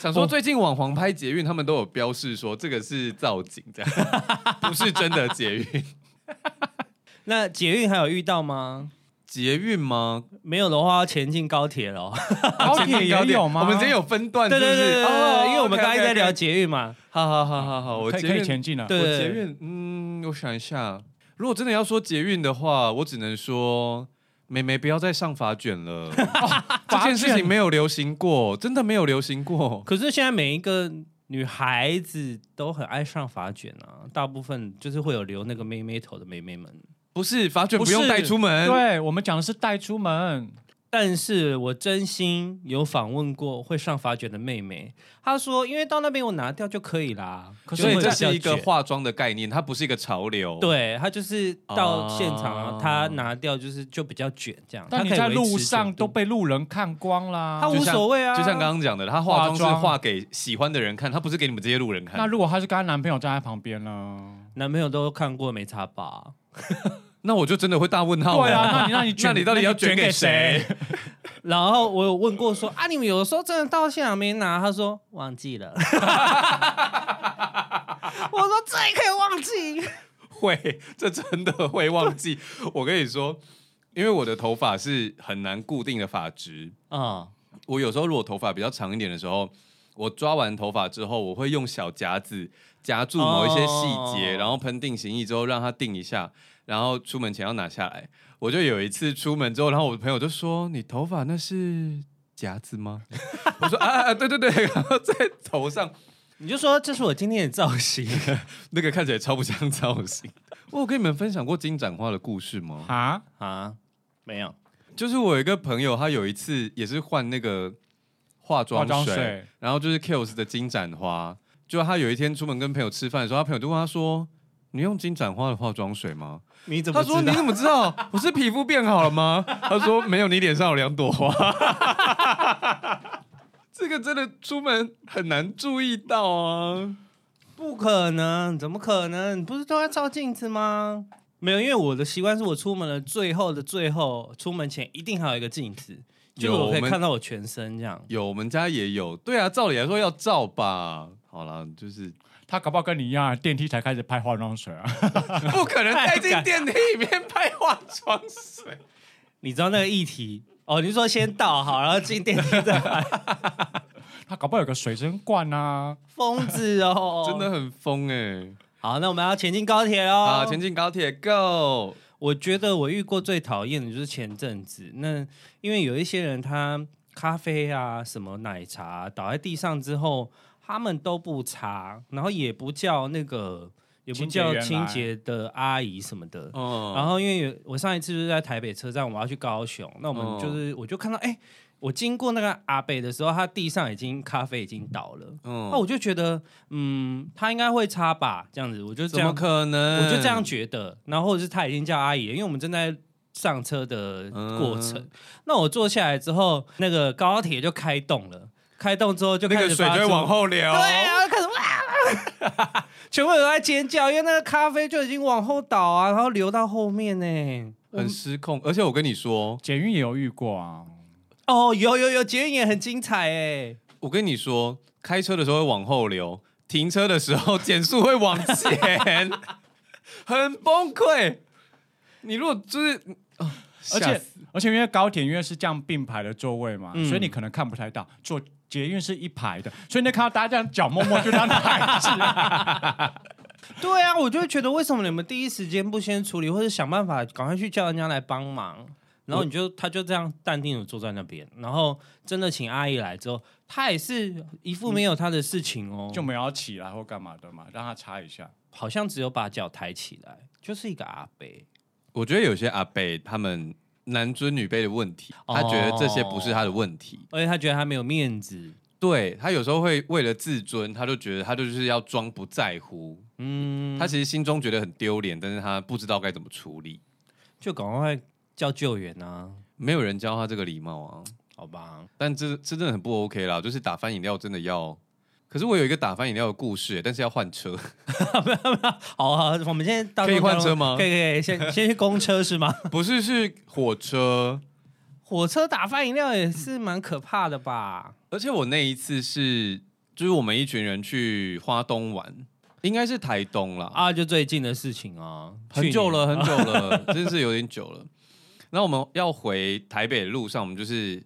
B: 想说最近网黄拍捷运，他们都有标示说这个是造景，这样不是真的捷运。
A: 那捷运还有遇到吗？
B: 捷运吗？
A: 没有的话，要前进高铁
B: [LAUGHS]
A: 喽。
C: 高铁也有吗？
B: 我们之前有分段，
A: 对对对
B: 是不是
A: 对对
B: 哦
A: 对，因为我们
B: OK，OK，
A: 刚才在聊
B: OK
A: 捷运嘛。
B: 好好好好好，我
C: 可以
B: 捷
C: 可以
B: 运
C: 前进了。
A: 对
B: 我捷运，嗯，我想一下，如果真的要说捷运的话，我只能说。妹妹不要再上法卷了，这件事情没有流行过，真的没有流行过。
A: 可是现在每一个女孩子都很爱上发卷啊，大部分就是会有留那个妹妹头的妹妹们。
B: 不是法卷
C: 不
B: 不
C: 是
B: 用带出门，
C: 对啊我们讲的是带出门，
A: 但是我真心有访问过会上发卷的妹妹，她说，因为到那边我拿掉就可以啦。
C: 可
B: 所以
A: 就会
B: 这
A: 比较
B: 是一个
A: 卷
B: 化妆的概念，它不是一个潮流。，
A: 对他就是到现场啊
B: 哦，
A: 他拿掉就是就比较卷这样。
C: 但你
A: 他可以
C: 在
A: 维
C: 路
A: 持卷
C: 上
A: 度
C: 都被路人看光啦
A: 他。
B: 就
A: 无
B: 像
A: 所谓啊，
B: 就像刚刚讲的，她化妆是
C: 化妆
B: 画给喜欢的人看，她不是给你们这些路人
C: 那
B: 看。
C: 如果她是跟她男朋友站在旁边呢？
A: 男朋友都看过没差吧？
B: 那我就真的会大问号了。
C: 对啊，那你
B: [LAUGHS]
C: 那你卷
B: 那你到底要卷
C: 卷
B: 给谁？？
A: 然后我有问过说啊，你们有时候真的到现场没拿，他说忘记 [LAUGHS] 了。我说这也可以忘记，
B: [LAUGHS] 会，这真的会忘记。我跟你说，因为我的头发是很难固定的发质，
A: 嗯，
B: 我有时候如果头发比较长一点的时候，我抓完头发之后，我会用小夹子夹住某一些细节
A: 哦
B: 然后喷定型液之后让它定一下，然后出门前要拿下来。我就有一次出门之后，然后我的朋友就说：“你头发那是夹子吗？” [LAUGHS] 我说：“啊啊，啊对对对。” [LAUGHS] 然后在头上
A: 你就说这是我今天的造型，
B: 那个看起来超不像造型。我有跟你们分享过金盏花的故事吗？
C: 啊，
A: 啊，没有，
B: 就是我有一个朋友，他有一次也是换那个化妆
C: 化妆
B: 水，
C: 水
B: 然后就是 Kills 的金盏花。就他有一天出门跟朋友吃饭的时候，他朋友就问他说：“你用金盏花的化妆水吗
A: 你？”怎
B: 他
A: 么
B: 说：“
A: 知
B: 你
A: 道？
B: 怎么知道？我是皮肤变好了吗？” [LAUGHS] 他说：“没有，你脸上有两朵花。”这个真的出门很难注意到啊！
A: 不可能，怎么可能？你不是都要照镜子吗？没有，因为我的习惯是我出门的最后的最后，出门前一定还有一个镜子，就是
B: 有
A: 我可
B: 我
A: 以
B: 们
A: 看到我全身这样。
B: 有，我们家也有。对啊，照理来说要照吧。好啦，
A: [LAUGHS]
B: 就是
C: 他搞不好跟你一样，电梯才开始拍化妆水啊。
B: 不可能带进电梯里面拍化妆水。
A: 你知道那个议题哦？你是说先到好，然后进电梯再 [LAUGHS] 来，
C: 他搞不好有个水蒸罐啊。
A: 疯子哦，
B: 真的很疯哎、
A: 好，那我们要前进高铁哦喽。
B: 好，前进高铁，Go！
A: 我觉得我遇过最讨厌的就是前阵子，那因为有一些人他咖啡啊、什么奶茶啊、倒在地上之后，他们都不擦，然后也不叫那个也不
C: 清洁
A: 叫
C: 员
A: 清
C: 来哦
A: 洁的阿姨什么的。
B: 嗯，
A: 然后因为有我上一次就是在台北车站，我要去高雄，那我们
C: 哦
A: 就是、我就看到哎、我经过那个阿北的时候，他地上已经咖啡已经倒了，
C: 哦
A: 那、
B: 嗯，
A: 我就觉得嗯，他应该会擦吧，这样子，我就这
B: 怎
A: 样
B: 么可能？
A: 我就这样觉得。然后或者是他已经叫阿姨了，因为我们正在上车的过程。
B: 嗯
A: 那我坐下来之后，那个高铁就开动了，开动之后就
B: 那
A: 开
B: 个
A: 始
B: 水
A: 发
B: 就会
A: 出
B: 往后流。
A: 对，啊然后开始哇，全部人都在尖叫，因为那个咖啡就已经往后倒啊，然后流到后面呢。
B: 很失控。而且我跟你说，
C: 捷运也有遇过啊，
A: 哦，有有有，捷运也很精彩哎。
B: 我跟你说，开车的时候会往后流，停车的时候 [LAUGHS] 减速会往前， [LAUGHS] 很崩溃。你如果就是，
C: 而
B: 吓
C: 且
B: 死
C: 而且因为高铁因为是这样并排的座位嘛，
A: 嗯
C: 所以你可能看不太到。坐捷运是一排的，所以你看到大家这样脚默默就让排挤。
A: 对啊，我就会觉得为什么你们第一时间不先处理，或者想办法赶快去叫人家来帮忙？然后你就他就这样淡定的坐在那边，然后真的请阿姨来之后，他也是一副没有他的事情哦，
B: 嗯
C: 就没有要起来或 [LAUGHS] 干嘛的嘛，让他擦一下。
A: 好像只有把脚抬起来，就是一个阿伯。
B: 我觉得有些阿伯他们男尊女卑的问题，
A: 哦
B: 他觉得这些不是他的问题。
A: 而且他觉得他没有面子，
B: 对他有时候会为了自尊，他就觉得他就是要装不在乎，
A: 嗯，
B: 他其实心中觉得很丢脸，但是他不知道该怎么处理。
A: 就赶快叫救援啊，
B: 没有人教他这个礼貌啊，
A: 好吧？
B: 但这这真的很不 OK 啦。就是打翻饮料真的要，可是我有一个打翻饮料的故事、但是要换车。 [LAUGHS]
A: 好啊，我们现在到
B: 可以换车吗
A: 可以可以，先先去公车是吗？ [LAUGHS]
B: 不是，是火车。
A: 火车打翻饮料也是蛮可怕的吧？
B: [LAUGHS] 而且我那一次是，就是我们一群人去花东玩，应该是台东啦，
A: 啊，就最近的事情啊，
B: 很久
A: 去年
B: 了，很久
A: [LAUGHS]
B: 了，真是有点久了。那我们要回台北的路上，我们就是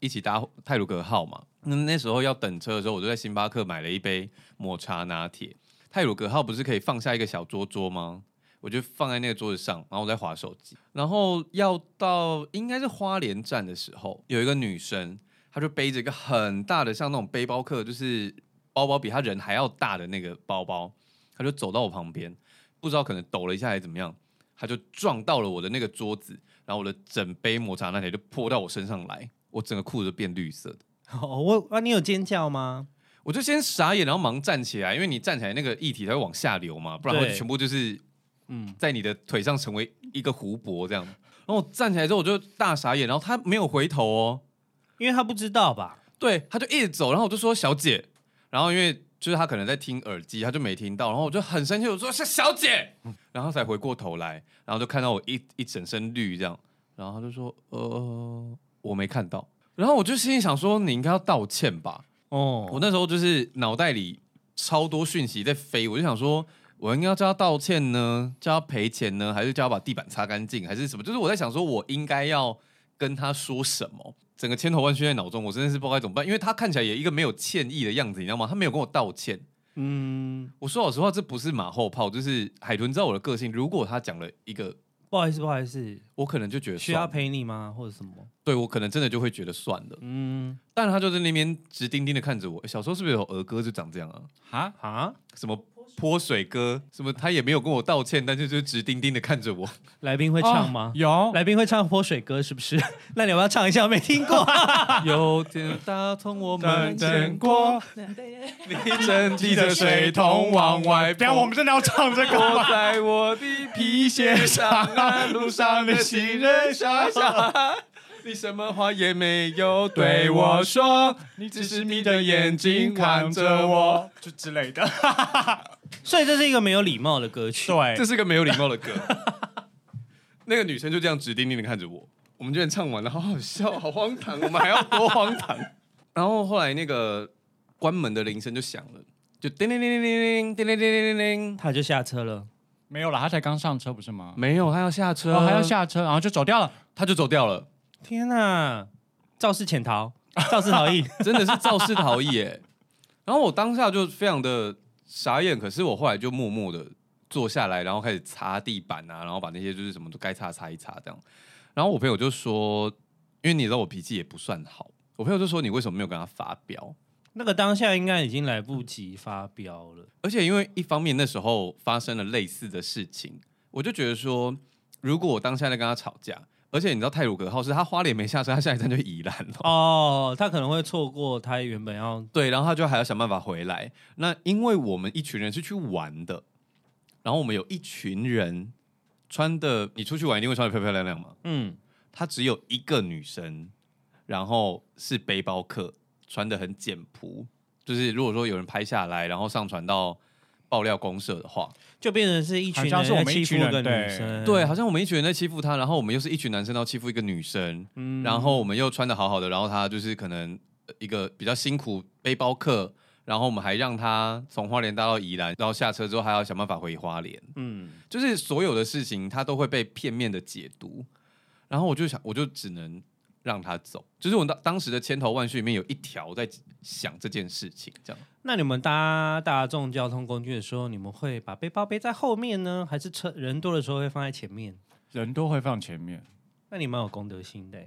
B: 一起搭泰鲁格号嘛。那那时候要等车的时候，我就在星巴克买了一杯抹茶拿铁。泰鲁格号不是可以放下一个小桌桌吗？我就放在那个桌子上，然后我在划手机。然后要到应该是花莲站的时候，有一个女生，她就背着一个很大的像那种背包客，就是包包比她人还要大的那个包包，她就走到我旁边，不知道可能抖了一下还是怎么样，他就撞到了我的那个桌子，然后我的整杯抹茶拿铁就泼到我身上来，我整个裤子都变绿色的。
A: 哦，我啊，你有尖叫吗？
B: 我就先傻眼，然后忙站起来，因为你站起来那个液体才会往下流嘛，不然
A: 对
B: 会全部就是
A: 嗯，
B: 在你的腿上成为一个湖泊这样。然后我站起来之后我就大傻眼，然后他没有回头哦，
A: 因为他不知道吧？
B: 对，他就一直走，然后我就说小姐，然后因为就是他可能在听耳机，他就没听到，然后我就很生气，我说是小姐，然后才回过头来，然后就看到我一一整身绿这样，然后他就说呃我没看到，然后我就心里想说你应该要道歉吧，
A: 哦，
B: 我那时候就是脑袋里超多讯息在飞，我就想说。我应该要叫他道歉呢，叫他赔钱呢，还是叫他把地板擦干净，还是什么？就是我在想，说我应该要跟他说什么？整个千头万绪在脑中，我真的是不知道该怎么办，因为他看起来也一个没有歉意的样子，你知道吗？他没有跟我道歉。
A: 嗯，
B: 我说老实话，这不是马后炮，就是海豚知道我的个性。如果他讲了一个，
A: 不好意思，不好意思，
B: 我可能就觉得
A: 需要
B: 算了
A: 陪你吗？或者什么？
B: 对我可能真的就会觉得算了。
A: 嗯，
B: 但他就在那边直盯盯的看着我。欸小时候是不是有儿歌就长这样啊？
C: 哈，
A: 啊，
B: 什么泼水歌，什么他也没有跟我道歉，但是就直盯盯的看着我。
A: 来宾会唱吗
C: 哦？有，
A: 来宾会唱泼水歌是 [LAUGHS] 不是？那你要不要唱一下？我没听过。
B: 有天打从我
C: 等
B: 们
C: 等
A: [LAUGHS]
B: 见
C: 过
B: 过，
D: 对对对
B: 你正提
C: 记
B: 着
C: 得
B: 水桶往外
C: 等一下我
B: 泼
C: 们真的要唱这个
B: 泼
C: 吗？
B: 在我的皮鞋上啊，路上的行人傻傻。你什么话也没有对我说，
C: 你
B: 只是眯着眼睛看着我，
C: 就之类的。
A: 所以这是一个没有礼貌的歌曲。
C: 对
B: 哎 [LAUGHS] 这，是个没有礼貌的歌。那个女生就这样直盯盯的看着我，我们居然唱完了，好好笑，好荒唐，我们还要多荒唐。 [LAUGHS] 然后后来那个关门的铃声就响了，就叮铃铃铃铃铃叮铃铃铃铃铃，
A: 他就下车了。
C: 没有啦，他才刚上车不是吗？
B: 没有，他要下车，
C: 哦，还要，下车，然后就走掉了。
B: 他就走掉了，
A: 天哪、肇事潜逃，肇事逃 [LAUGHS] 逸，
B: 真的是肇事逃逸耶。然后我当下就非常的傻眼，可是我后来就默默的坐下来，然后开始擦地板啊，然后把那些就是什么都该擦擦一擦这样。然后我朋友就说，因为你知道我脾气也不算好，我朋友就说你为什么没有跟他发飙？
A: 那个当下应该已经来不及发飙了。
B: 而且因为一方面那时候发生了类似的事情，我就觉得说，如果我当下在跟他吵架，而且你知道泰鲁格号是他花莲没下车，他下一站就宜兰了。
A: 哦，他可能会错过他原本要
B: 对，然后他就还要想办法回来。那因为我们一群人是去玩的，然后我们有一群人穿的，你出去玩一定会穿的漂漂亮亮嘛。
A: 嗯，
B: 她只有一个女生，然后是背包客，穿的很简朴。就是如果说有人拍下来，然后上传到爆料公社的话，
A: 就变成是一群人
C: 好像是
A: 在
C: 我们
A: 欺
C: 一
A: 负
C: 群人
A: 一个女
C: 对
A: 生。
B: 对，好像我们一群人在欺负她，然后我们又是一群男生要欺负一个女生，然后我们又穿的好好的，然后她就是可能呃一个比较辛苦背包客，然后我们还让她从花莲搭到宜兰，然后下车之后还要想办法回花莲，
A: 嗯，
B: 就是所有的事情她都会被片面的解读，然后我就想，我就只能让她走，就是我当当时的千头万绪里面有一条在想这件事情，这样
A: 那你们搭大众交通工具的时候，你们会把背包背在后面呢，还是车人多的时候会放在前面？
C: 人都会放前面。
A: 那你蛮有公德心的欸。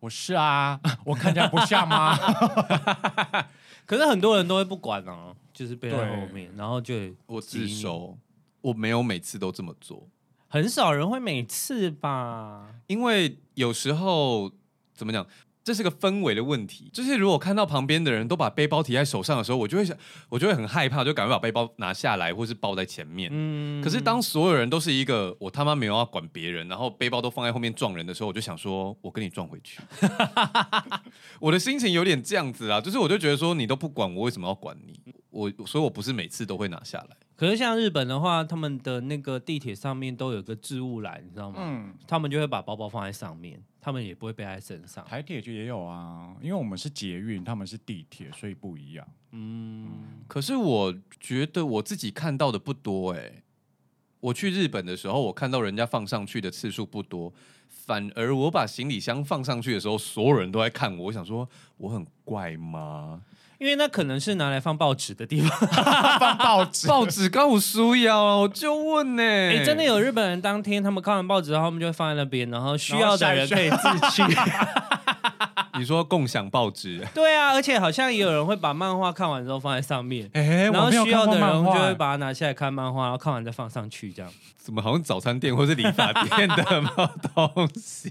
C: 我是啊， [LAUGHS] 我看起来不像啊吗？ [LAUGHS]
A: 可是很多人都会不管哦、就是背在后
C: 对
A: 面，然后就
B: 我
A: 挤
B: 自
A: 你。
B: 首，我没有每次都这么做。
A: 很少人会每次吧？
B: 因为有时候怎么讲，这是个氛围的问题。就是如果看到旁边的人都把背包提在手上的时候，我就会想，我就会很害怕，就赶快把背包拿下来，或是抱在前面。
A: 嗯，
B: 可是当所有人都是一个我他妈没有要管别人，然后背包都放在后面撞人的时候，我就想说，我跟你撞回去。 [LAUGHS] 我的心情有点这样子啦，就是我就觉得说你都不管我，为什么要管你？我所以我不是每次都会拿下来。
A: 可是像日本的话，他们的那个地铁上面都有个置物栏，你知道吗？
C: 嗯，
A: 他们就会把包包放在上面，他们也不会背在身上。
C: 台铁就也有啊，因为我们是捷运，他们是地铁，所以不一样。
B: 可是我觉得我自己看到的不多哎、我去日本的时候，我看到人家放上去的次数不多，反而我把行李箱放上去的时候，所有人都在看我，我想说我很
A: [LAUGHS]
B: 怪吗？
A: 因为那可能是拿来放报纸的
C: [LAUGHS]
A: 地方。
C: 报纸 [LAUGHS]
B: 报纸刚我输腰啊，我就问欸呢、
A: 哎、真的有日本人当天他们看完报纸，然后他们就会放在那边，然后需要的人可以自取。？
B: 你说共享报纸
A: [LAUGHS] 对啊，而且好像也有人会把漫画看完之后放在上面。
C: [LAUGHS] 哎，
A: 然后
C: 我没有
A: 需要
C: 看过
A: 的人
C: 漫
A: 就
C: 画
A: 会把它拿下来看漫画，然后看完再放上去，这样。
B: 怎么好像早餐店或是理发店的 [LAUGHS] 东西？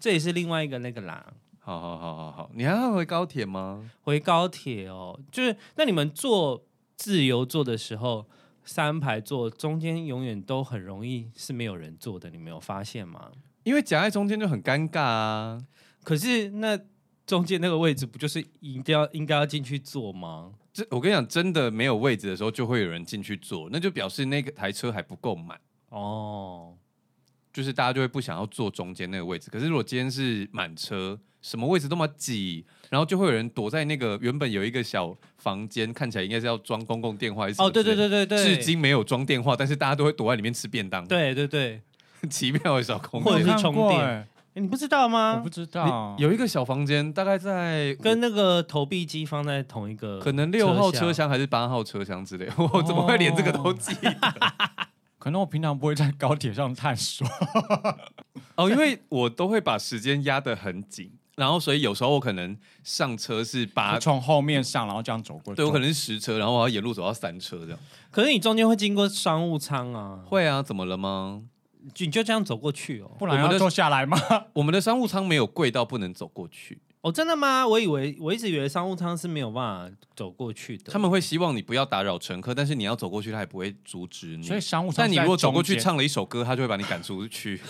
A: 这也是另外一个那个啦。
B: 好好好好好，你还要回高铁吗？
A: 回高铁哦，就是那你们坐自由座的时候，三排座中间永远都很容易是没有人坐的，你没有发现吗？
B: 因为夹在中间就很尴尬啊。
A: 可是那中间那个位置不就是一定要应该要进去坐吗？
B: 这我跟你讲，真的没有位置的时候，就会有人进去坐，那就表示那个台车还不够满，
A: 哦，
B: 就是大家就会不想要坐中间那个位置。可是如果今天是满车，什么位置都嘛挤，然后就会有人躲在那个原本有一个小房间，看起来应该是要装公共电话还是什么
A: 哦，对对
B: 之类
A: 对对
B: 的
A: 对，
B: 至今没有装电话，但是大家都会躲在里面吃便当，，
A: 对对对，
B: [LAUGHS] 奇妙的小空
A: 或者
B: 间
A: 是。
C: 看
A: 充
C: 过
A: 电
C: 哎
A: 诶你不知道
C: 我
A: 吗
C: 不？知道
B: 你，有一个小房间，大概在
A: 跟那个投币机放在同一个，
B: 可能六号车，厢还是八号车厢之类， [LAUGHS]
A: 哦
B: 我怎么会连这个都记得
C: 可能我平常不会在高铁上探
A: 啊
C: [LAUGHS] 索。
B: [LAUGHS] 哦，因为我都会把时间压得很紧，然后所以有时候我可能上车是八
C: 就，从后面上，然后这样走过去。
B: 对我可能是十车，然后我要沿路走到三车这样。
A: 可是你中间会经过商务舱
C: 嗯
A: 啊，
B: 会啊，怎么了吗？
A: 你就这样走过去哦。
C: 不然
B: 我们
C: 要
B: 的
C: 坐下来吗？
B: 我们的商务舱没有贵到不能走过去，
A: 哦，真的吗？我以为我一直以为商务舱是没有办法走过去的。
B: 他们会希望你不要打扰乘客，但是你要走过去，他也不会阻
A: 嗯
B: 止你。
C: 所以商务舱
B: 但
C: 是
B: 你
C: 在
B: 如果走过去
C: 中间，
B: 唱了一首歌，他就会把你赶出去。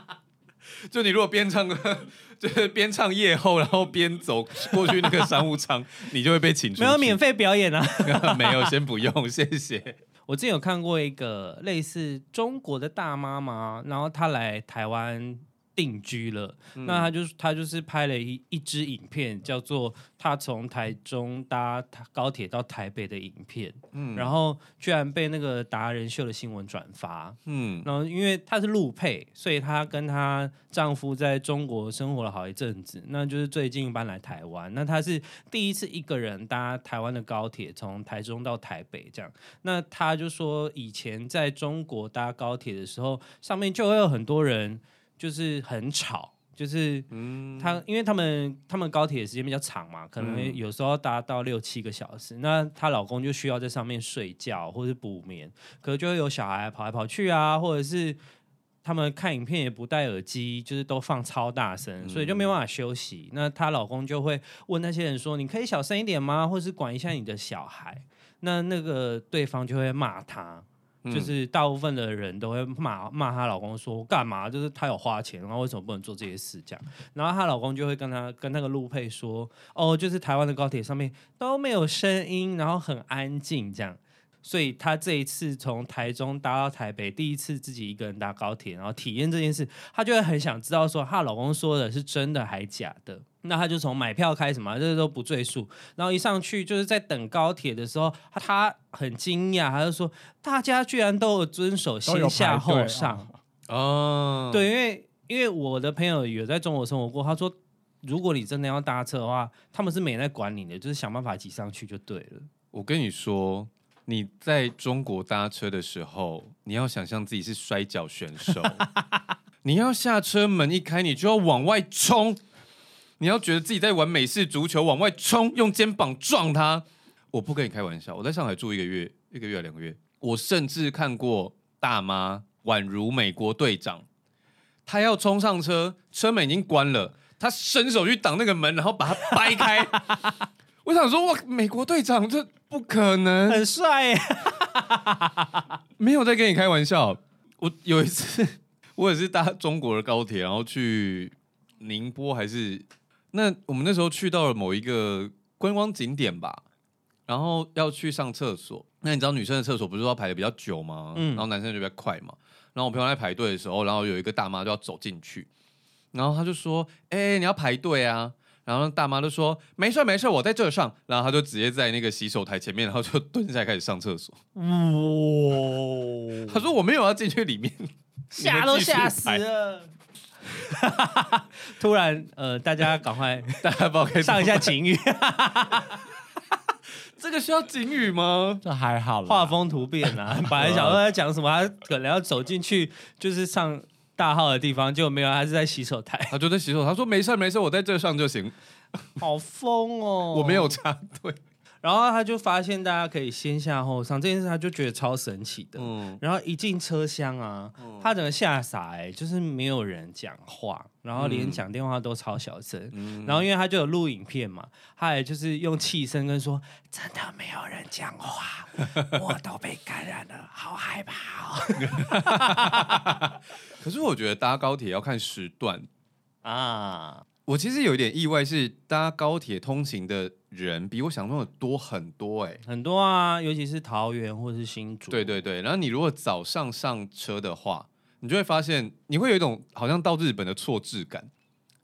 B: [LAUGHS] 就你如果边唱歌， [LAUGHS] 就是边唱夜后，然后边走过去那个商务舱，你就会被请出去。
A: 没有免费表演啊！
B: [LAUGHS] 没有，先不用，谢谢。
A: 我之前有看过一个类似中国的大妈嘛，然后她来台湾定居了。那他就是他就是拍了一一支影片，叫做他从台中搭高铁到台北的影片，然后居然被那个达人秀的新闻转发。
B: 嗯，
A: 然后因为她是陆配，所以她跟她丈夫在中国生活了好一阵子，那就是最近搬来台湾。那她是第一次一个人搭台湾的高铁，从台中到台北这样。那她就说，以前在中国搭高铁的时候，上面就会有很多人，就是很吵。就是，他因为他们他们高铁时间比较长嘛，可能有时候要搭到六七个小时，那她老公就需要在上面睡觉或是补眠，可能就会有小孩跑来跑去啊，或者是他们看影片也不戴耳机，就是都放超大声，所以就没办法休息。那她老公就会问那些人说：“你可以小声一点吗？或是管一下你的小孩？”那那个对方就会骂她。就是大部分的人都会骂骂她老公说干嘛？就是她有花钱，然后为什么不能做这些事这样？然后她老公就会跟她跟那个陆配说，哦，就是台湾的高铁上面都没有声音，然后很安静这样。所以她这一次从台中搭到台北，第一次自己一个人搭高铁，然后体验这件事，她就会很想知道说她老公说的是真的还假的。那她就从买票开始嘛，这些都不赘述。然后一上去就是在等高铁的时候，她她很惊讶，她就说大家居然都有遵守
C: 都有
A: 先下
C: 排队
A: 后上，
C: 啊
B: 哦，，
A: 对，因为因为我的朋友有在中国生活过，他说，如果你真的要搭车的话，他们是没在管你的，就是想办法挤上去就对了。
B: 我跟你说，你在中国搭车的时候，你要想象自己是摔跤选手， [LAUGHS] 你要下车门一开，你就要往外冲，你要觉得自己在玩美式足球，往外冲，用肩膀撞他。我不跟你开玩笑，我在上海住一个月，一个月两个月，我甚至看过大妈宛如美国队长，她要冲上车，车门已经关了，她伸手去挡那个门，然后把它掰开。 [LAUGHS] 我想说，哇，美国队长这不可能，
A: 很帅耶！
B: 没有在跟你开玩笑。我有一次， [LAUGHS] 我也是搭中国的高铁，然后去宁波还是那我们那时候去到了某一个观光景点吧，然后要去上厕所。那你知道女生的厕所不是都要排的比较久吗？
A: 嗯
B: 然后男生就比较快嘛。然后我朋友在排队的时候，然后有一个大妈就要走进去，然后她就说：“哎、你要排队啊。”然后大妈就说：“没事没事，我在这上。”然后她就直接在那个洗手台前面，然后就蹲下来开始上厕所。
A: 哇，
B: 她说：“我没有要进去里面。
A: 吓都吓死
B: 你们继续
A: 了。 [LAUGHS] 突然，呃， [LAUGHS] 大家赶快”
B: 大家不知道该怎么
A: 上一下情 [LAUGHS] 欲，
B: 这个需要警语吗？
C: 这还好啦，
A: 画风突变啊！本来想说他讲什么，他可能要走进去就是上大号的地方，结果没有，他是在洗手台，
B: 她就在洗手，她说：“没事没事，我在这上就行，
A: [LAUGHS] 好疯哦！
B: 我没有插队。
A: 然后他就发现大家可以先下后上这件事，他就觉得超神奇的。
B: 嗯
A: 然后一进车厢啊，
B: 哦
A: 他整个吓傻哎、就是没有人讲话，然后
B: 嗯
A: 连讲电话都超小声。然后因为他就有录影片嘛，他也就是用气声跟说：“真的没有人讲话，我都被感染了，好害怕
B: [LAUGHS]
A: 哦。
B: 可是我觉得搭高铁要看时段，”
A: 啊，
B: 我其实有一点意外，是搭高铁通勤的人比我想象中的多很多哎、
A: 很多啊，尤其是桃园或是新竹。
B: 对对对，然后你如果早上上车的话，你就会发现你会有一种好像到日本的错置感，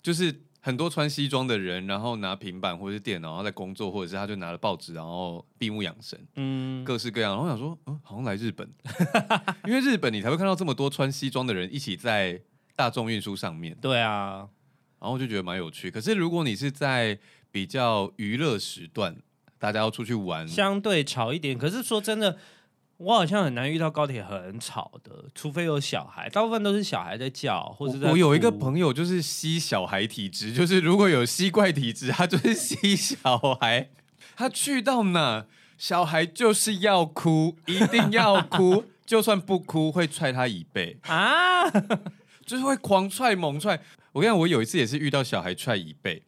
B: 就是很多穿西装的人，然后拿平板或者是电脑，然后在工作，或者是他就拿了报纸，然后闭目养神，
A: 嗯，
B: 各式各样。然后我想说，嗯，好像来日本， [LAUGHS] 因为日本你才会看到这么多穿西装的人一起在大众运输上面。
A: 对啊，
B: 然后我就觉得蛮有趣。可是如果你是在比较娱乐时段，大家要出去玩，
A: 相对吵一点。可是说真的，我好像很难遇到高铁很吵的，除非有小孩，大部分都是小孩在叫或者在
B: 我我有一个
A: 哭
B: 朋友就是吸小孩体质，就是如果有吸怪体质，他就是吸小孩，他去到哪小孩就是要哭，一定要哭，就算不哭会踹他椅背，
A: 啊，
B: 就是会狂踹猛踹。我跟你讲，我有一次也是遇到小孩踹椅背，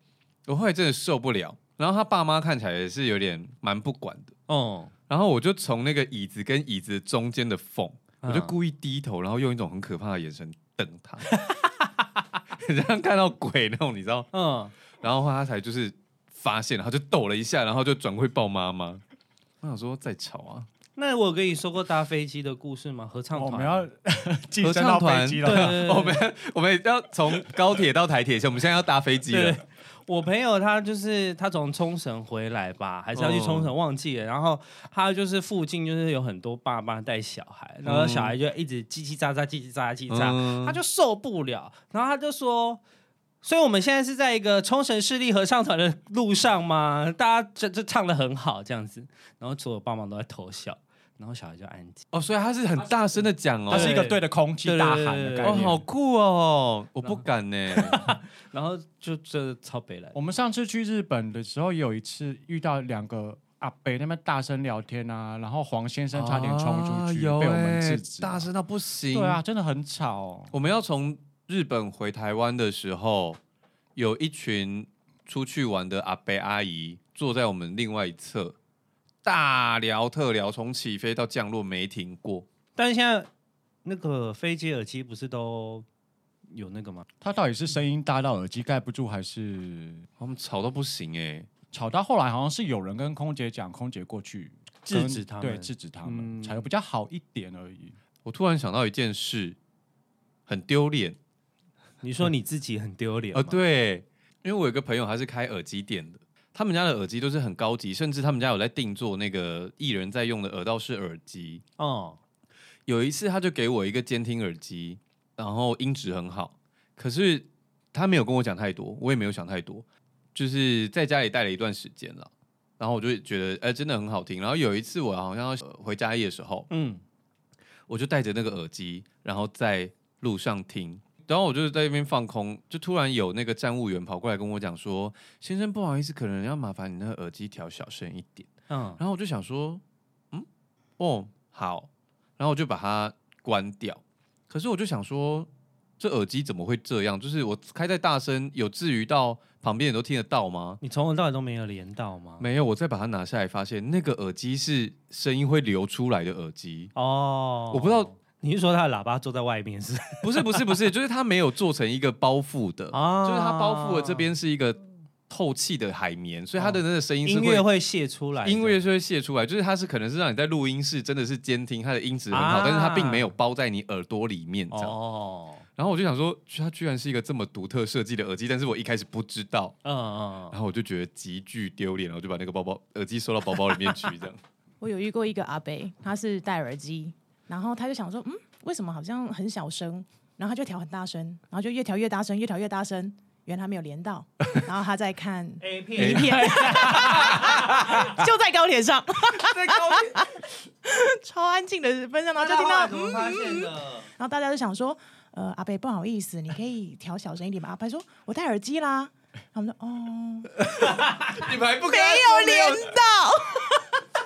B: 我后来真的受不了。然后他爸妈看起来也是有点蛮不管的，
A: 哦、
B: 然后我就从那个椅子跟椅子中间的缝，
A: [LAUGHS] 嗯
B: 我就故意低头，然后用一种很可怕的眼神瞪他， [LAUGHS] 很像看到鬼那种，你知道？
A: 嗯，
B: 然后后来他才就是发现，然后就抖了一下，然后就转过去抱妈妈。我想说再吵啊，
A: 那我有跟你说过搭飞机的故事吗？合唱
C: 哦我
A: 团，
C: 们要 [LAUGHS]
B: 合
C: 晋升
B: 唱
C: 到
B: 团
C: 飞机
A: 对对
C: 了。
A: 对
B: 我们我们要从高铁到台铁线，我们现在要搭飞机
A: 对
B: 了。，
A: 我朋友他就是他从冲绳回来吧，还是要去冲
C: 哦
A: 绳，忘记
C: 嗯
A: 了。然后他就是附近就是有很多爸妈带小孩，然后小孩就一直叽叽喳喳、叽叽喳喳、叽叽喳，
B: 嗯
A: 他就受不了，然后他就说。所以我们现在是在一个冲绳市立合唱团的路上吗？大家这这唱的很好，这样子，然后所有爸妈都在偷笑，然后小孩就安静。
B: 哦，所以他是很大声的讲哦，
C: [LAUGHS] 它是一个对着空气
A: 对
C: 大喊的
A: 对对
C: 概
B: 哦，
C: 念。
B: 好酷哦，我不敢呢。
A: 然后就这超北来，
C: 我们上次去日本的时候，有一次遇到两个阿伯那边大声聊天啊，然后黄先生差点冲出去，
B: 啊
C: 被我们
B: 有欸
C: 制
A: 哦
C: 止。
B: 大声到不行。
C: 对啊，，真的很吵、哦。
B: 我们要从日本回台湾的时候，有一群出去玩的阿伯阿姨坐在我们另外一侧，大聊特聊，从起飞到降落没停过。
A: 但是现在那个飞机耳机不是都有那个吗？
C: 他到底是声音大到耳机盖不住，还是
B: 他们吵到不行哎、
C: 吵到后来好像是有人跟空姐讲，空姐过去
A: 制
C: 跟
A: 止他们
C: 对，制止他们，
A: 嗯
C: 才比较好一点而已。
B: 我突然想到一件事，很丢脸
A: 你说你自己很丢脸
B: 啊！
A: 吗，
B: 对，因为我有一个朋友他是开耳机店的，他们家的耳机都是很高级，甚至他们家有在定做那个艺人在用的耳道式耳机。
A: 哦，
B: 有一次他就给我一个监听耳机，然后音质很好，可是他没有跟我讲太多，我也没有想太多，就是在家里戴了一段时间了，然后我就觉得哎、真的很好听。然后有一次我好像要呃回家夜的时候，
A: 嗯，
B: 我就戴着那个耳机，然后在路上听。然后我就在那边放空，就突然有那个站务员跑过来跟我讲说：“先生，不好意思，可能要麻烦你那个耳机调小声一点。”
A: 嗯，
B: 然后我就想说，嗯，哦，好，然后我就把它关掉。可是我就想说，这耳机怎么会这样？就是我开在大声，有至于到旁边人都听得到吗？
A: 你从头到尾都没有连到吗？
B: 没有，我再把它拿下来，发现那个耳机是声音会流出来的耳机。
A: 哦，
B: 我不知道，
A: 你是说他的喇叭坐在外面 [LAUGHS] 是？
B: 不是，不是，不是，就是它没有做成一个包覆的，
A: 啊
B: 就是它包覆了这边是一个透气的海绵，所以它的那个声音是
A: 音
B: 会
A: 乐会泄出来的，
B: 音乐是会泄出来，就是它是可能是让你在录音室真的是监听，它的音质很好，
A: 啊
B: 但是它并没有包在你耳朵里面这样。
A: 哦，
B: 然后我就想说，它居然是一个这么独特设计的耳机，但是我一开始不知道，
A: 嗯嗯嗯，
B: 然后我就觉得极具丢脸，然后就把那个包包耳机收到包包里面去，这样
D: 我有遇过一个阿伯，他是戴耳机，然后他就想说，嗯，为什么好像很小声？然后他就调很大声，然后就越调越大声，越调越大声。原来他没有连到，然后他在看
A: A
D: 影
A: 片
D: [LAUGHS] 片，就在高铁上，
A: 在高铁，
D: 超安静的分上，然后就听到，
A: 他怎 [LAUGHS]
D: 嗯
A: 么发现的？
D: 然后大家就想说，呃，阿伯不好意思，你可以调小声一点吧。阿伯说，我戴耳机啦。他们说，哦，
B: [LAUGHS] 你们还不跟
D: 没
B: 他说
D: 有连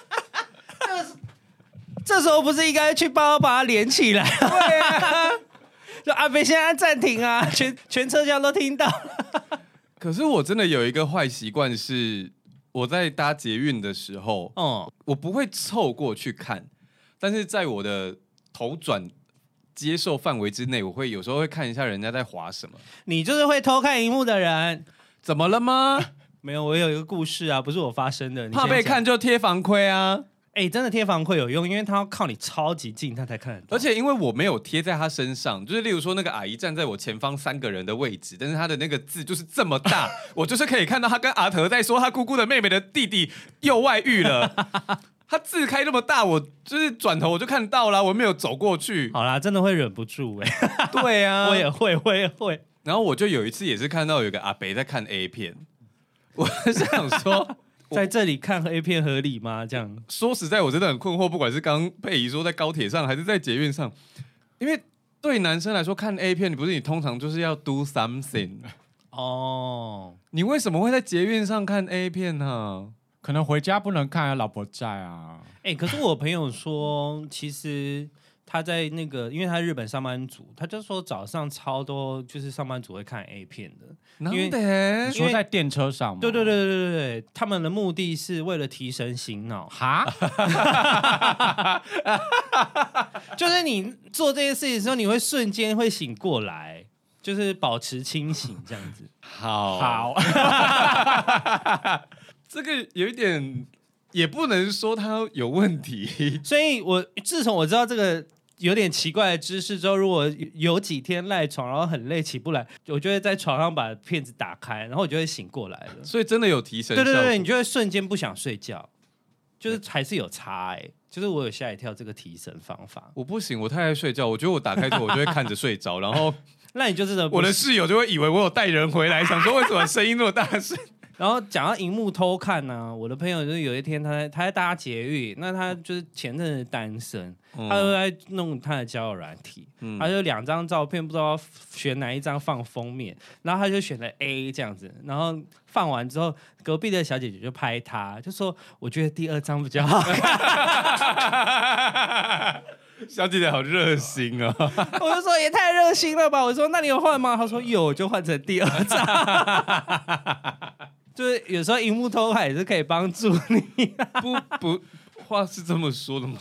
D: 到。
A: 这时候不是应该去帮他把它连起来？对啊， [LAUGHS] 就阿北现在暂停啊，全全车厢都听到。
B: 可是我真的有一个坏习惯是，我在搭捷运的时候，
A: 哦，
B: 我不会凑过去看，但是在我的头转接受范围之内，我会有时候会看一下人家在划什么。
A: 你就是会偷看荧幕的人。
B: 怎么了吗？
A: 没有，我有一个故事啊，不是我发生的，你
B: 怕
A: 先
B: 被
A: 讲
B: 看。就贴防
A: [LAUGHS]
B: 窥啊！
A: 哎、真的贴防窥有用，因为他要靠你超级近，他才看得到。
B: 而且因为我没有贴在他身上，就是例如说那个阿姨站在我前方三个人的位置，但是她的那个字就是这么大，我就是可以看到她跟阿德在说她姑姑的妹妹的弟弟又外遇
A: [LAUGHS]
B: 了。她字开那么大，我就是转头我就看到了，我没有走过去。
A: 好啦，真的会忍不住哎、
B: [LAUGHS] 对啊，
A: 我也会，我也会。
B: 然后我就有一次也是看到有个阿北在看 A 片，我想说，我
A: 在这里看 A 片合理吗？这样，
B: 说实在我真的很困惑，不管是刚佩仪说在高铁上还是在捷运上，因为对男生来说看 A 片，你不是你通常就是要
A: [LAUGHS]
B: do something，
A: 哦，
B: 你为什么会在捷运上看 A 片呢、
C: 可能回家不能看啊，老婆在啊。
A: 哎、可是我朋友说，其实他在那个，因为他日本上班族，他就说早上超多就是上班族会看 A 片的。
B: 难
A: 因
B: 得
C: 你
A: 因
C: 说
A: 为
C: 在电车上
B: 哦
C: 吗？
A: 对对对对对对对，他们的目的是为了提神醒脑，
C: 哈，
B: [LAUGHS]
A: 就是你做这些事情的时候，你会瞬间会醒过来，就是保持清醒这
B: 哦
A: 样子。
B: 好，
C: 好，
B: 这个有一点也不能说他有问题。
A: [LAUGHS]
B: [LAUGHS]
A: 所以我自从我知道这个有点奇怪的知识之后，如果有几天赖床，然后很累起不来，我就会在床上把片子打开，然后我就会醒过来了。
B: 所以真的有提神
A: 对对
B: 效果
A: 对，你就会瞬间不想睡觉，就是还是有差哎、就是我有吓一跳这个提神方法，
B: 我不行，我太爱睡觉。我觉得我打开之后，我就会看着睡着，
A: [LAUGHS]
B: 然后
A: 那你就真的不
B: 我的室友就会以为我有带人回来，想说为什么声音那么大声。
A: 然后讲到荧幕偷看呢、我的朋友就是有一天他在他在搭捷运，那他就是前阵子单身，他就在弄他的交友软体，
B: 嗯
A: 他就两张照片不知道选哪一张放封面，然后他就选了 A 这样子，然后放完之后，隔壁的小姐姐就拍他，就说我觉得第二张比较好，
B: [LAUGHS] 小姐姐好热心啊！
A: 我就说也太热心了吧，我说那你有换吗？他说有，就换成第二张。 [LAUGHS] 就是有时候荧幕偷看也是可以帮助你，
B: [LAUGHS] 不不，话是这么说的吗？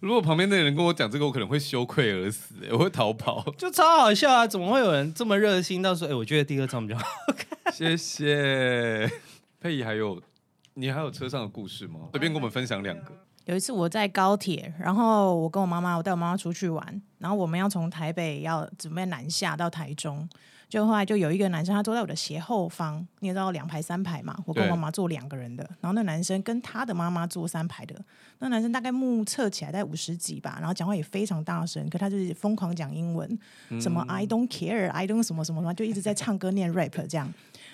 B: 如果旁边那个人跟我讲这个，我可能会羞愧而死、欸我会逃跑。
A: 就超好笑啊！怎么会有人这么热心到说，哎、我觉得第二张比较好。
B: [LAUGHS]
A: [LAUGHS]
B: 谢谢佩仪，还有你还有车上的故事吗？随便跟我们分享两个。
D: 有一次我在高铁，然后我跟我妈妈，我带我妈妈出去玩，然后我们要从台北要准备南下到台中，就后来就有一个男生，他坐在我的斜后方，你也知道两排三排嘛，我跟我
B: 对
D: 妈妈坐两个人的，然后那男生跟他的妈妈坐三排的，那男生大概目测起来在五十几吧，然后讲话也非常大声，可他就是疯狂讲英文，什么 I don't care，I don't 什么什么什么，就一直在唱歌念 rap 这样。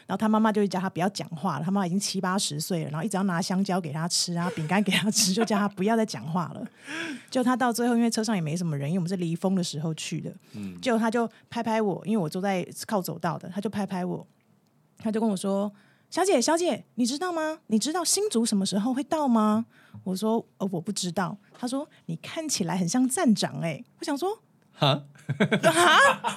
D: 然后他妈妈就会叫他不要讲话了，他妈妈已经七八十岁了，然后一直要拿香蕉给他吃啊，饼干给他吃，就叫他不要再讲话了。 [LAUGHS] 就他到最后，因为车上也没什么人，因为我们是离峰的时候去的，就他就拍拍我，因为我坐在靠走道的，他就拍拍我，他就跟我说：“小姐，小姐，你知道吗？你知道新竹什么时候会到吗？”我说：“呃，我不知道。”他说：“你看起来很像站长哎、我想说。
B: 哈，
D: 啊！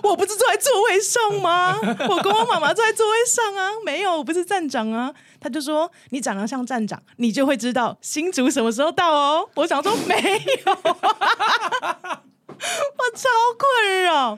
D: 我不是坐在座位上吗？ [LAUGHS] 我跟我妈妈坐在座位上啊，没有，我不是站长啊。他就说你长得像站长，你就会知道新竹什么时候到哦。我想说没有、我超困扰，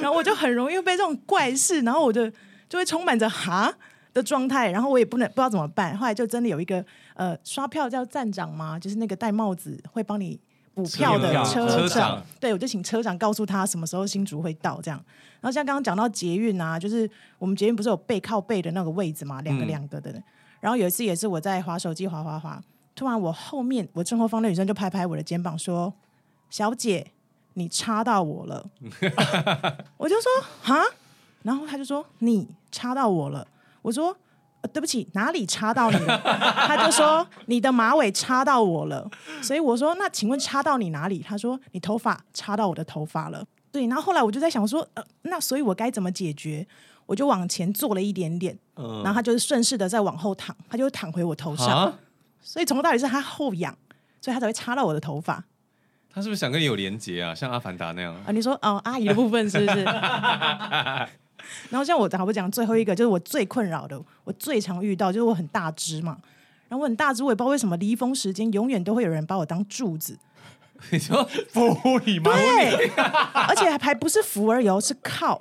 D: 然后我就很容易被这种怪事，然后我就就会充满着哈。的状态，然后我也不能不知道怎么办，后来就真的有一个呃刷票叫站长吗？就是那个戴帽子会帮你补票的
C: 车长
D: 车
C: 车
D: 长
C: 长，
D: 对，我就请车长告诉他什么时候新竹会到这样。然后像刚刚讲到捷运啊，就是我们捷运不是有背靠背的那个位置嘛，两个两个的。然后有一次也是我在滑手机滑滑滑，突然我后面我正后方的女生就拍拍我的肩膀说：“小姐，你插到我了。”我就说：“哈。”然后她就说：“你插到我了。”我说。呃对不起，哪里插到你了？ [LAUGHS] 他就说你的马尾插到我了，所以我说那请问插到你哪里？他说你头发插到我的头发了。对，然后后来我就在想说，呃，那所以我该怎么解决？我就往前坐了一点点，然后他就是顺势的再往后躺，他就躺回我头上，
B: 啊，
D: 所以从头到底是他后仰，所以他才会插到我的头发。
B: 他是不是想跟你有连结啊？像阿凡达那
D: [LAUGHS]
B: 样
D: 啊，你说哦，阿姨的部分是不是？ [LAUGHS] 然后像我，好不讲最后一个，就是我最困扰的，我最常遇到，就是我很大只嘛，然后我很大只，我也不知道为什么离峰时间永远都会有人把我当柱子，
B: 你说
C: 服务你吗？
D: 对，而且还不是扶而已哦，是靠。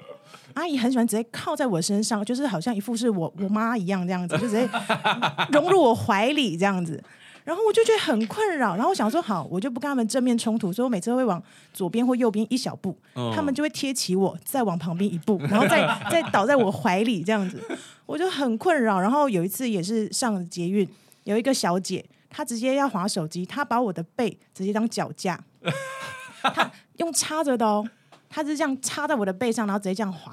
D: 阿姨很喜欢直接靠在我身上，就是好像一副是我我妈一样这样子，就直接融入我怀里这样子。然后我就觉得很困扰，然后我想说好，我就不跟他们正面冲突，所以我每次都会往左边或右边一小步，
B: 哦嗯
D: 他们就会贴起我，再往旁边一步，然后再再倒在我怀里这样子，我就很困扰。然后有一次也是上捷运，有一个小姐，她直接要划手机，她把我的背直接当脚架，用插着的哦，他是这样插在我的背上，然后直接这样滑。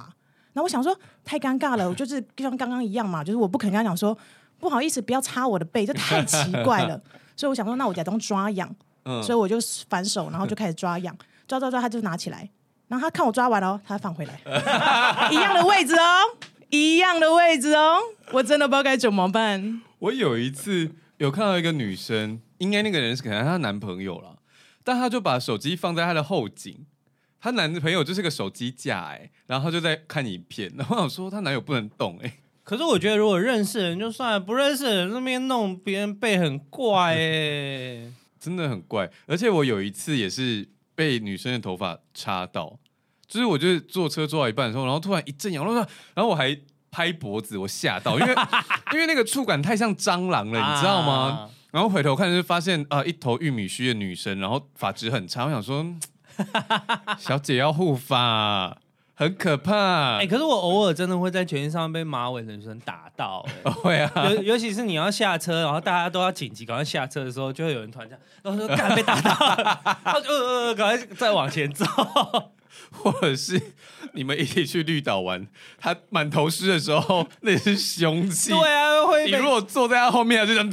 D: 然后我想说太尴尬了，我就是就像刚刚一样嘛，就是我不肯跟他讲说不好意思，不要插我的背，这太奇怪了。所以我想说，那我假装抓痒，
B: 嗯
D: 所以我就反手，然后就开始抓痒，抓抓抓，他就拿起来，然后他看我抓完了哦，他放回来， [LAUGHS] 一样的位置哦，一样的位置哦，我真的不知道该怎么办。
B: 我有一次有看到一个女生，应该那个人是可能她男朋友啦，但她就把手机放在她的后颈。她男朋友就是个手机架哎、然后她就在看影片，然后我想说她男友不能动哎、
A: 可是我觉得如果认识人就算了，不认识人那边弄别人背很怪哎、
B: 真的很怪。而且我有一次也是被女生的头发插到，就是我就是坐车坐到一半的时候，然后突然一阵痒，然后然后我 [LAUGHS] 还拍脖子，我吓到，因为因为那个触感太像蟑螂了，你知道吗？？然后回头看就是发现啊、一头玉米须的女生，然后发质很差，我想说，嗯小姐要护发，很可怕。
A: [LAUGHS] 哎、可是我偶尔真的会在拳击上被马尾人生打到、哎
B: 会
A: [LAUGHS]
B: 啊，
A: 尤尤其是你要下车，然后大家都要紧急赶快下车的时候，就会有人突然这样，然后说干被打到了， [LAUGHS] 他就呃呃赶快再往前走。
B: [LAUGHS] 或者是你们一起去绿岛玩，他满头湿的时候，那也是凶器。
A: 对啊，会
B: 你
A: 被
B: 如果坐在他后面，他就这样，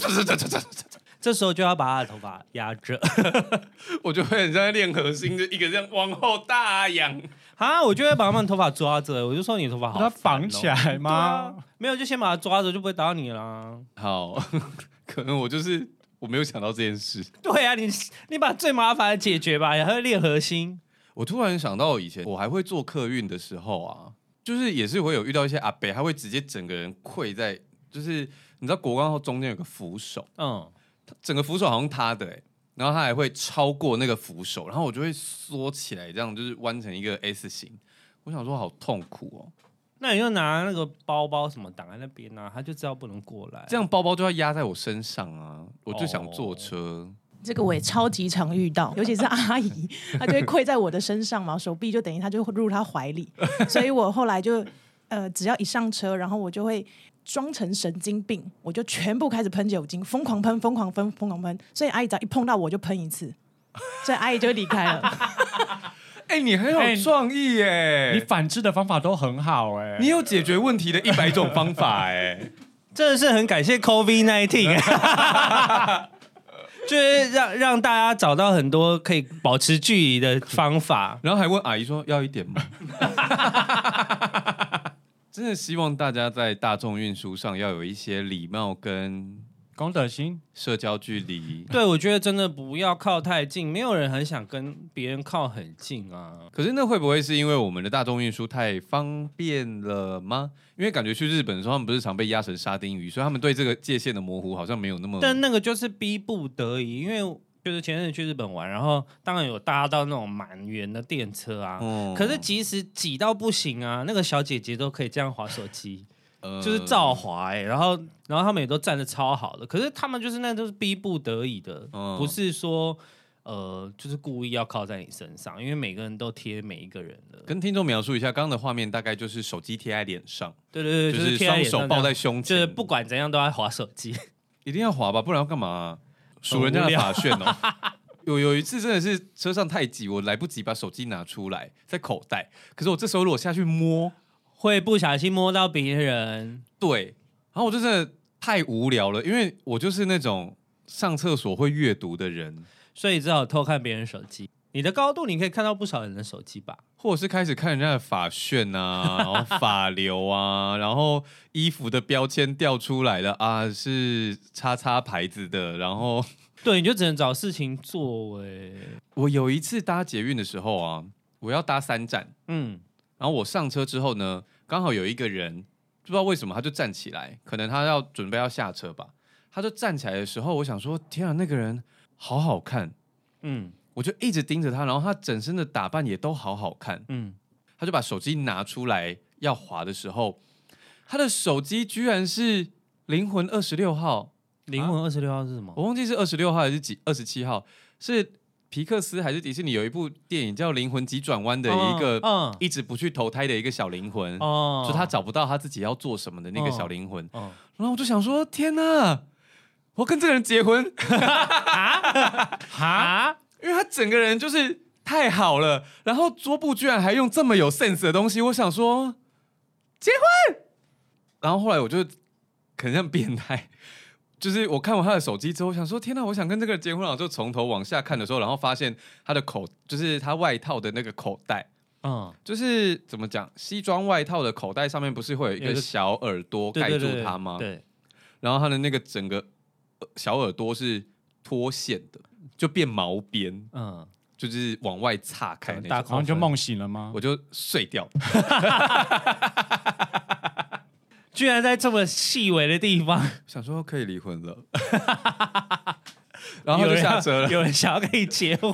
A: 这时候就要把他的头发压着 [LAUGHS]
B: 我就会很像在练核心，就一个这样往后大仰。
A: 啊，我就会把他们头发抓着，我就说你头发好
C: 把
A: 烦哦、
C: 它绑起来
A: 对啊
C: 吗？？
A: 没有，就先把它抓着，就不会打到你啊啦。
B: 好， [LAUGHS] 可能我就是我没有想到这件事。
A: 对啊，你你把最麻烦的解决吧，然后练核心。
B: 我突然想到，以前我还会坐客运的时候啊，就是也是会有遇到一些阿伯，他会直接整个人跪在，就是你知道国光号中间有个扶手，
A: 嗯，
B: 整个扶手好像塌的、欸，然后他还会超过那个扶手，然后我就会缩起来，这样就是弯成一个 S 型。我想说好痛苦哦，
A: 那你就拿那个包包什么挡在那边啊，他就知道不能过来。
B: 这样包包就要压在我身上啊，我就想
A: 哦
B: 坐车。
D: 这个我也超级常遇到，尤其是阿姨，她就会跪在我的身上嘛，手臂就等于她就入她怀里，所以我后来就呃，只要一上车，然后我就会装成神经病，我就全部开始喷酒精，疯狂喷，疯狂喷，疯狂喷，所以阿姨只要一碰到我就喷一次，所以阿姨就离开了。
B: 哎、你很有
C: 哎
B: 创意
A: 啊
B: 耶、
C: 你反制的方法都很好哎、
B: 你有解决问题的一百种方法哎、
A: 真的是很感谢 COVID nineteen，就是让让大家找到很多可以保持距离的方法。
B: [LAUGHS] 然后还问阿姨说要一点吗？ [LAUGHS] 真的希望大家在大众运输上要有一些礼貌跟
C: 功德心，
B: 社交距离。
A: 对，我觉得真的不要靠太近，没有人很想跟别人靠很近啊。
B: 可是那会不会是因为我们的大众运输太方便了吗？因为感觉去日本的时候，他们不是常被压成沙丁鱼，所以他们对这个界限的模糊好像没有那么……
A: 但那个就是逼不得已，因为就是前阵子去日本玩，然后当然有搭到那种满员的电车啊。
B: 哦
A: 可是即使挤到不行啊，那个小姐姐都可以这样划手机，
B: 呃
A: 就是照滑哎、然后然后他们也都站的超好的，可是他们就是那都是逼不得已的，
B: 嗯
A: 不是说呃就是故意要靠在你身上，因为每个人都贴每一个人的，
B: 跟听众描述一下刚刚的画面，大概就是手机贴在脸上，
A: 对对对，
B: 就是
A: 是贴
B: 双
A: 脸上
B: 手
A: 这样
B: 抱在，胸前，
A: 就是不管怎样都要划手机。
B: 一定要滑吧，不然要干嘛啊、数
A: 很
B: 人家
A: 无
B: 的
A: 聊
B: 法旋
A: [LAUGHS]
B: 哦。有有一次真的是车上太挤，我来不及把手机拿出来在口袋，可是我这时候如果下去摸，
A: 会不小心摸到别人，
B: 对，然后我就真的太无聊了，因为我就是那种上厕所会阅读的人，
A: 所以只好偷看别人手机。你的高度你可以看到不少人的手机吧？
B: 或者是开始看人家的法旋 [LAUGHS] 啊，然后发流啊，然后衣服的标签掉出来的啊是叉叉牌子的，然后
A: 对，你就只能找事情做哎、
B: 我有一次搭捷运的时候啊，我要搭三站。
A: 嗯，
B: 然后我上车之后呢，刚好有一个人不知道为什么他就站起来，可能他要准备要下车吧，他就站起来的时候，我想说天啊，那个人好好看，
A: 嗯
B: 我就一直盯着他，然后他整身的打扮也都好好看，
A: 嗯，
B: 他就把手机拿出来要划的时候，他的手机居然是灵魂二十六号，
A: 灵
B: 啊
A: 魂二十六号是什么？
B: 我忘记是二十六号还是几二十七号，是皮克斯还是迪士尼有一部电影叫《灵魂急转弯》的一个。
A: 嗯
B: 一直不去投胎的一个小灵魂，
A: 哦
B: 就他找不到他自己要做什么的那个小灵魂。
A: 哦，
B: 然后我就想说，天哪，我跟这个人结婚，
A: 啊，
B: 因为他整个人就是太好了。然后桌布居然还用这么有 sense 的东西，我想说结婚。然后后来我就很像变态。就是我看完他的手机之后，我想说天哪，我想跟这个人结婚了。然后就从头往下看的时候，然后发现他的口，就是他外套的那个口袋，
A: 嗯，
B: 就是怎么讲，西装外套的口袋上面不是会有一
A: 有
B: 个
A: 一个
B: 小耳朵
A: 对
B: 盖
A: 对
B: 住
A: 对对
B: 它吗？
A: 对，
B: 然后它的那个整个呃小耳朵是脱线的，就变毛边，
A: 嗯，
B: 就是往外岔开那种哦
A: 大
C: 然后你就梦醒了吗
B: 我？就碎掉。
A: 居然在这么细微的地方，
B: 想说可以离婚 [LAUGHS] 了，然后
A: 有
B: 就
A: 人
B: 下
A: 要
B: 车了。
A: 有人想要跟你结
B: [LAUGHS]
A: 婚，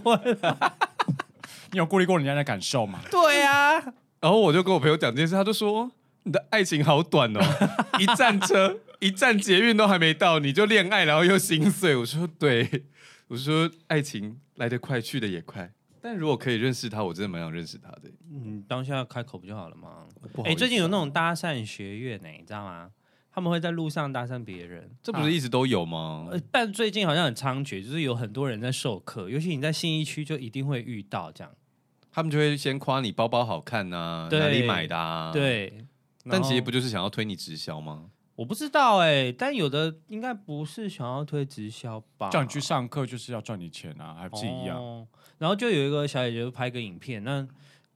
C: 你有顾虑过人家的感受吗？
A: 对啊，
B: [LAUGHS] 然后我就跟我朋友讲这件事，他就说你的爱情好短哦，一站车一站捷运都还没到，你就恋爱，然后又心碎。我说对，我说爱情来得快，去得也快。但如果可以认识他，我真的蛮想认识他的。
A: 嗯，当下开口不就好了吗？
B: 不好
A: 哎、
B: 意思啊
A: 最近有那种搭讪学院欸呢、你知道吗？他们会在路上搭讪别人。
B: 这不是一直都有吗？
A: 呃，但最近好像很猖獗，就是有很多人在授课，尤其你在信义区就一定会遇到这样。
B: 他们就会先夸你包包好看呐、
A: 对
B: 哪里买的啊？，
A: 对，
B: 但其实
A: 不。
B: 不就是想要推你直销吗？
A: 我不知道哎、但有的应该不是想要推直销吧？
C: 叫你去上课就是要赚你钱啊，还不是一样？
A: 哦然后就有一个小姐姐就拍个影片，那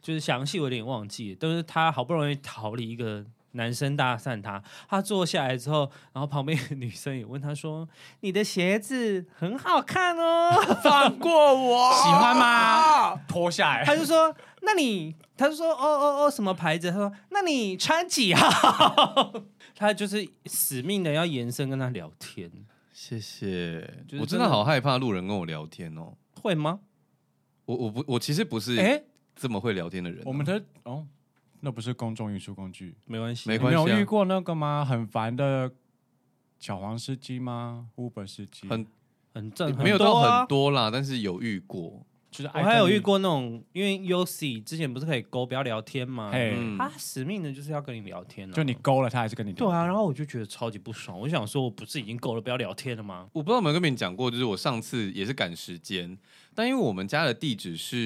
A: 就是详细我有点忘记，但是她好不容易逃离一个男生搭讪她，她坐下来之后，然后旁边的女生也问她说：“你的鞋子很好看哦，放过我，
C: 喜欢吗？脱下来，
A: 啊他就说：“那你，他就说哦哦哦，什么牌子？”他说：“那你穿几号？” [LAUGHS] 他就是死命的要延伸跟他聊天，
B: 谢谢
A: 就是，
B: 我真
A: 真的
B: 的好害怕路人跟我聊天哦。
A: 会吗？
B: 我我不我其实不
C: 哎、
B: 是这么会聊天的人啊、
C: 我们的哦，那不是公众运输工具。
A: 没关系，
B: 没
C: 你
B: 关
C: 们
B: 系啊
C: 有遇过那个吗？很烦的小黄司机吗？Uber 司机，
B: 很
A: 很正，
B: 没有到
A: 啊
B: 很。多啦，但是有遇过。
C: 就是爱
A: 我
C: 跟
A: 还有
C: 你
A: 遇，过那种，因为 U C 之前不是可以勾不要聊天吗？
C: 嘿、
B: 嗯
A: 他死命的就是要跟你聊天、啊，
C: 就你勾了他还是跟你聊
A: 对啊，然后我就觉得超级不爽，我想说我不是已经够了，不要聊天了吗？
B: 我不知道有没有跟你们讲过，就是我上次也是赶时间，但因为我们家的地址是，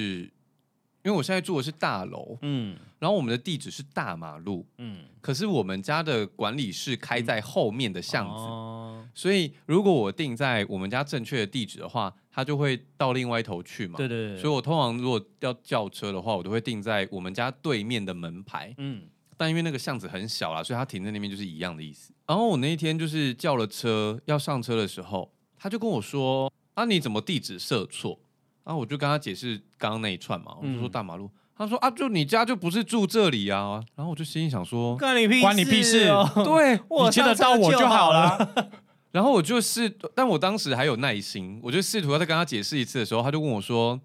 B: 因为我现在住的是大楼，
A: 嗯
B: 然后我们的地址是大马路，
A: 嗯，
B: 可是我们家的管理室开在后面的巷子，
A: 哦
B: 所以如果我定在我们家正确的地址的话，它就会到另外一头去嘛。
A: 对对对，
B: 所以我通常如果要叫车的话，我都会定在我们家对面的门牌。
A: 嗯
B: 但因为那个巷子很小啦，所以他停在那边就是一样的意思。然后我那一天就是叫了车，要上车的时候，他就跟我说：“啊，你怎么地址设错？”然后我就跟他解释刚刚那一串嘛，我就说
A: 嗯
B: 大马路。他说：“啊，就你家就不是住这里啊。”然后我就心里
A: [LAUGHS]
B: 想说
A: 关你屁
C: 关你屁事
A: 哦
B: 对，
A: 我
C: 你接得
A: 上
C: 到
A: 车
C: 我
A: 就
C: 就
A: 好
C: 好了。
B: 然后我就试，但我当时还有耐心，我就试图要再跟他解释一次的时候，他就问我说：“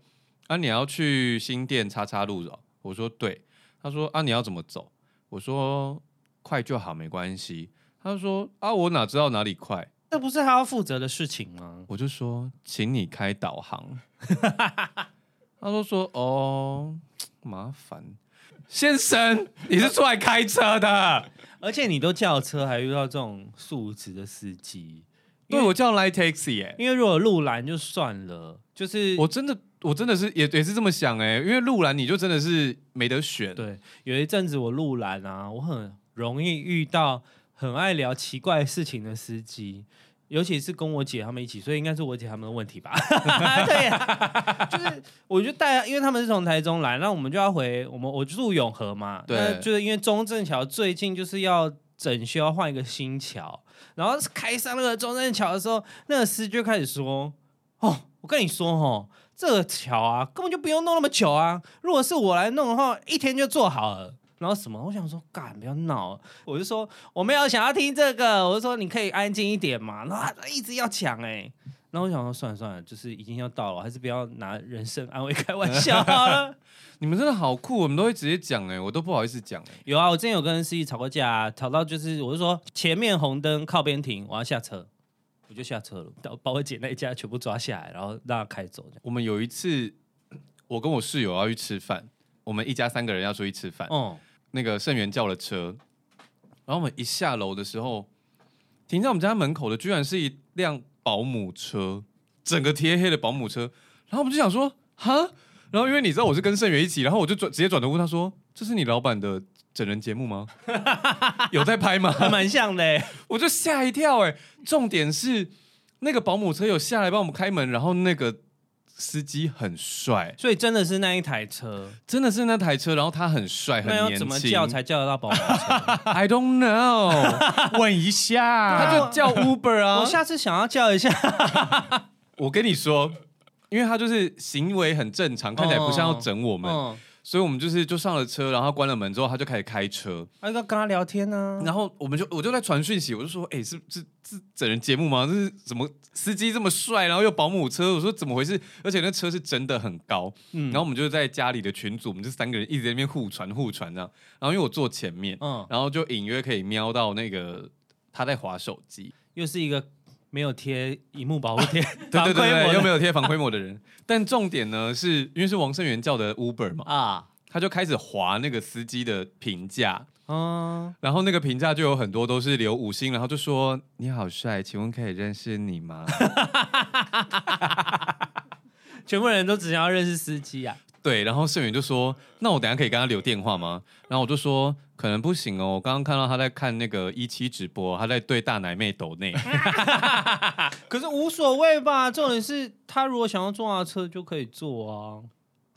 B: 啊，你要去新店叉叉路了？”我说：“对。”他说：“啊，你要怎么走？”我说：“快就好，没关系。”他说：“啊，我哪知道哪里快
A: 那不是他要负责的事情吗？”？
B: 我就说：“请你开导航。”他说：“说哦，麻烦，先生，你是出来开车的？
A: 而且你都叫车，还遇到这种素质的司机，
B: 对，我叫 Line Taxi 耶、
A: 因为如果路拦就算了，就是
B: 我真的，我真的是也也是这么想哎、因为路兰你就真的是没得选，
A: 对有一阵子我路拦啊，我很容易遇到很爱聊奇怪事情的司机。尤其是跟我姐他们一起，所以应该是我姐他们的问题 [LAUGHS] 吧？对、啊， [LAUGHS] 就是我就带，因为他们是从台中来，那我们就要回我们我住永和嘛，
B: 对
A: 那就是因为中正桥最近就是要整修，要换一个新桥，然后开上那个中正桥的时候，那个司机就开始说：“哦，我跟你说哦，这个桥啊，根本就不用弄那么久啊，如果是我来弄的话，一天就做好了。”然后什么？我想说，干，不要闹了！我就说我没有想要听这个，我就说你可以安静一点嘛。然后他一直要讲哎、然后我想说算了算了，就是已经要到了，还是不要拿人身安慰开玩笑好了。
B: 你们真的好酷，我们都会直接讲哎、我都不好意思讲哎、
A: [LAUGHS] 有啊，我之前有跟司机吵过架、啊吵到就是我就说前面红灯靠边停，我要下车，我就下车了，把把我姐那一家全部抓下来，然后让她开走这样。
B: 我们有一次，我跟我室友要去吃饭，我们一家三个人要出去吃饭，
A: 哦、
B: 那个盛元叫了车，然后我们一下楼的时候，停在我们家门口的居然是一辆保姆车，整个贴黑的保姆车，然后我们就想说哈，然后因为你知道我是跟盛元一起，然后我就转直接转头问他说：“这是你老板的整人节目吗？ [LAUGHS] 有在拍吗？” [LAUGHS]
A: 还蛮像的、欸，
B: 我就吓一跳哎、重点是那个保姆车有下来帮我们开门，然后那个司机很帅，
A: 所以真的是那一台车，
B: 真的是那台车，然后他很帅，很
A: 那要
B: 年
A: 怎么
B: 轻。
A: 叫才叫得到保姆 [LAUGHS] 车？
B: I don't know，
C: [LAUGHS] 问一下，
B: [LAUGHS] 他就叫 Uber [LAUGHS] 啊。
A: 我下次想要叫一下，
B: 我跟你说，因为他就是行为很正常，看起来不像要整我们，
A: 嗯，
B: 所以我们就是就上了车，然后他关了门之后，他就开始开车。
A: 那就跟他聊天啊呢、
B: 然后我们就我就在传讯息，我就说，哎、是是是整人节目吗？这是怎么司机这么帅，然后又保姆车？我说怎么回事？而且那车是真的很高。
A: 嗯
B: 然后我们就在家里的群组，我们就三个人一直在那哦边互传互传这样。然后因为我坐前面，
A: 嗯
B: 然后就隐约可以瞄到那个他在划手机，，
A: 又是一个没有贴荧幕保护 [LAUGHS] 贴
B: 对对
A: 防
B: 对对，
A: 窥
B: 又
A: 膜
B: 没
A: 的
B: 有贴防窥膜的人。 [LAUGHS] 但重点呢，是因为是王胜元叫的 Uber 嘛，
A: 啊？
B: 他就开始划那个司机的评价，
A: 嗯，
B: 然后那个评价就有很多都是留五星，然后就说你好帅，请问可以认识你吗？ [LAUGHS]
A: 全部人都只想要认识司机啊。
B: 对，然后盛远就说：“那我等一下可以跟他留电话吗？”然后我就说：“可能不行哦，我刚刚看到他在看那个一期直播，他在对大奶妹抖内。
A: 可是无所谓吧，重点是他如果想要坐他的车就可以坐啊。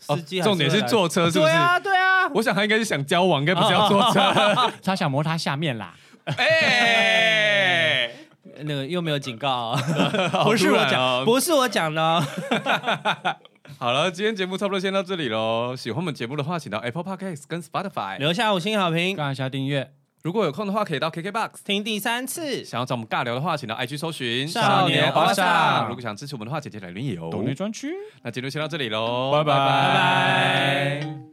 B: 哦
A: 司机、
B: 重点是，坐车是不
A: 对
B: 是？
A: 啊，对啊。
B: 我想他应该是想交往，应该不是要坐车。 [LAUGHS]
C: 他想摸他下面啦。
B: 哎，
A: 那个又没有警告、啊 [LAUGHS]
B: 突
A: 不是我
B: 然
A: 讲，
B: 哦
A: 不是我讲的、哦。
B: 好了，今天节目差不多先到这里喽。喜欢我们节目的话，请到 Apple Podcast 跟 Spotify。
A: 留下五星好评，
C: 按一下订阅，
B: 如果有空的话，可以到 KKBox。
A: 听第三次。
B: 想要找我们尬聊的话，请到 IG 搜寻
A: 少年
B: 欧巴
A: 欧巴
C: 桑
B: 如果想哦支持我们的话，姐姐来轮有。
C: 抖内专区。
B: 哦那今天就先到这里喽，
C: 拜
B: 拜
C: 拜
B: 拜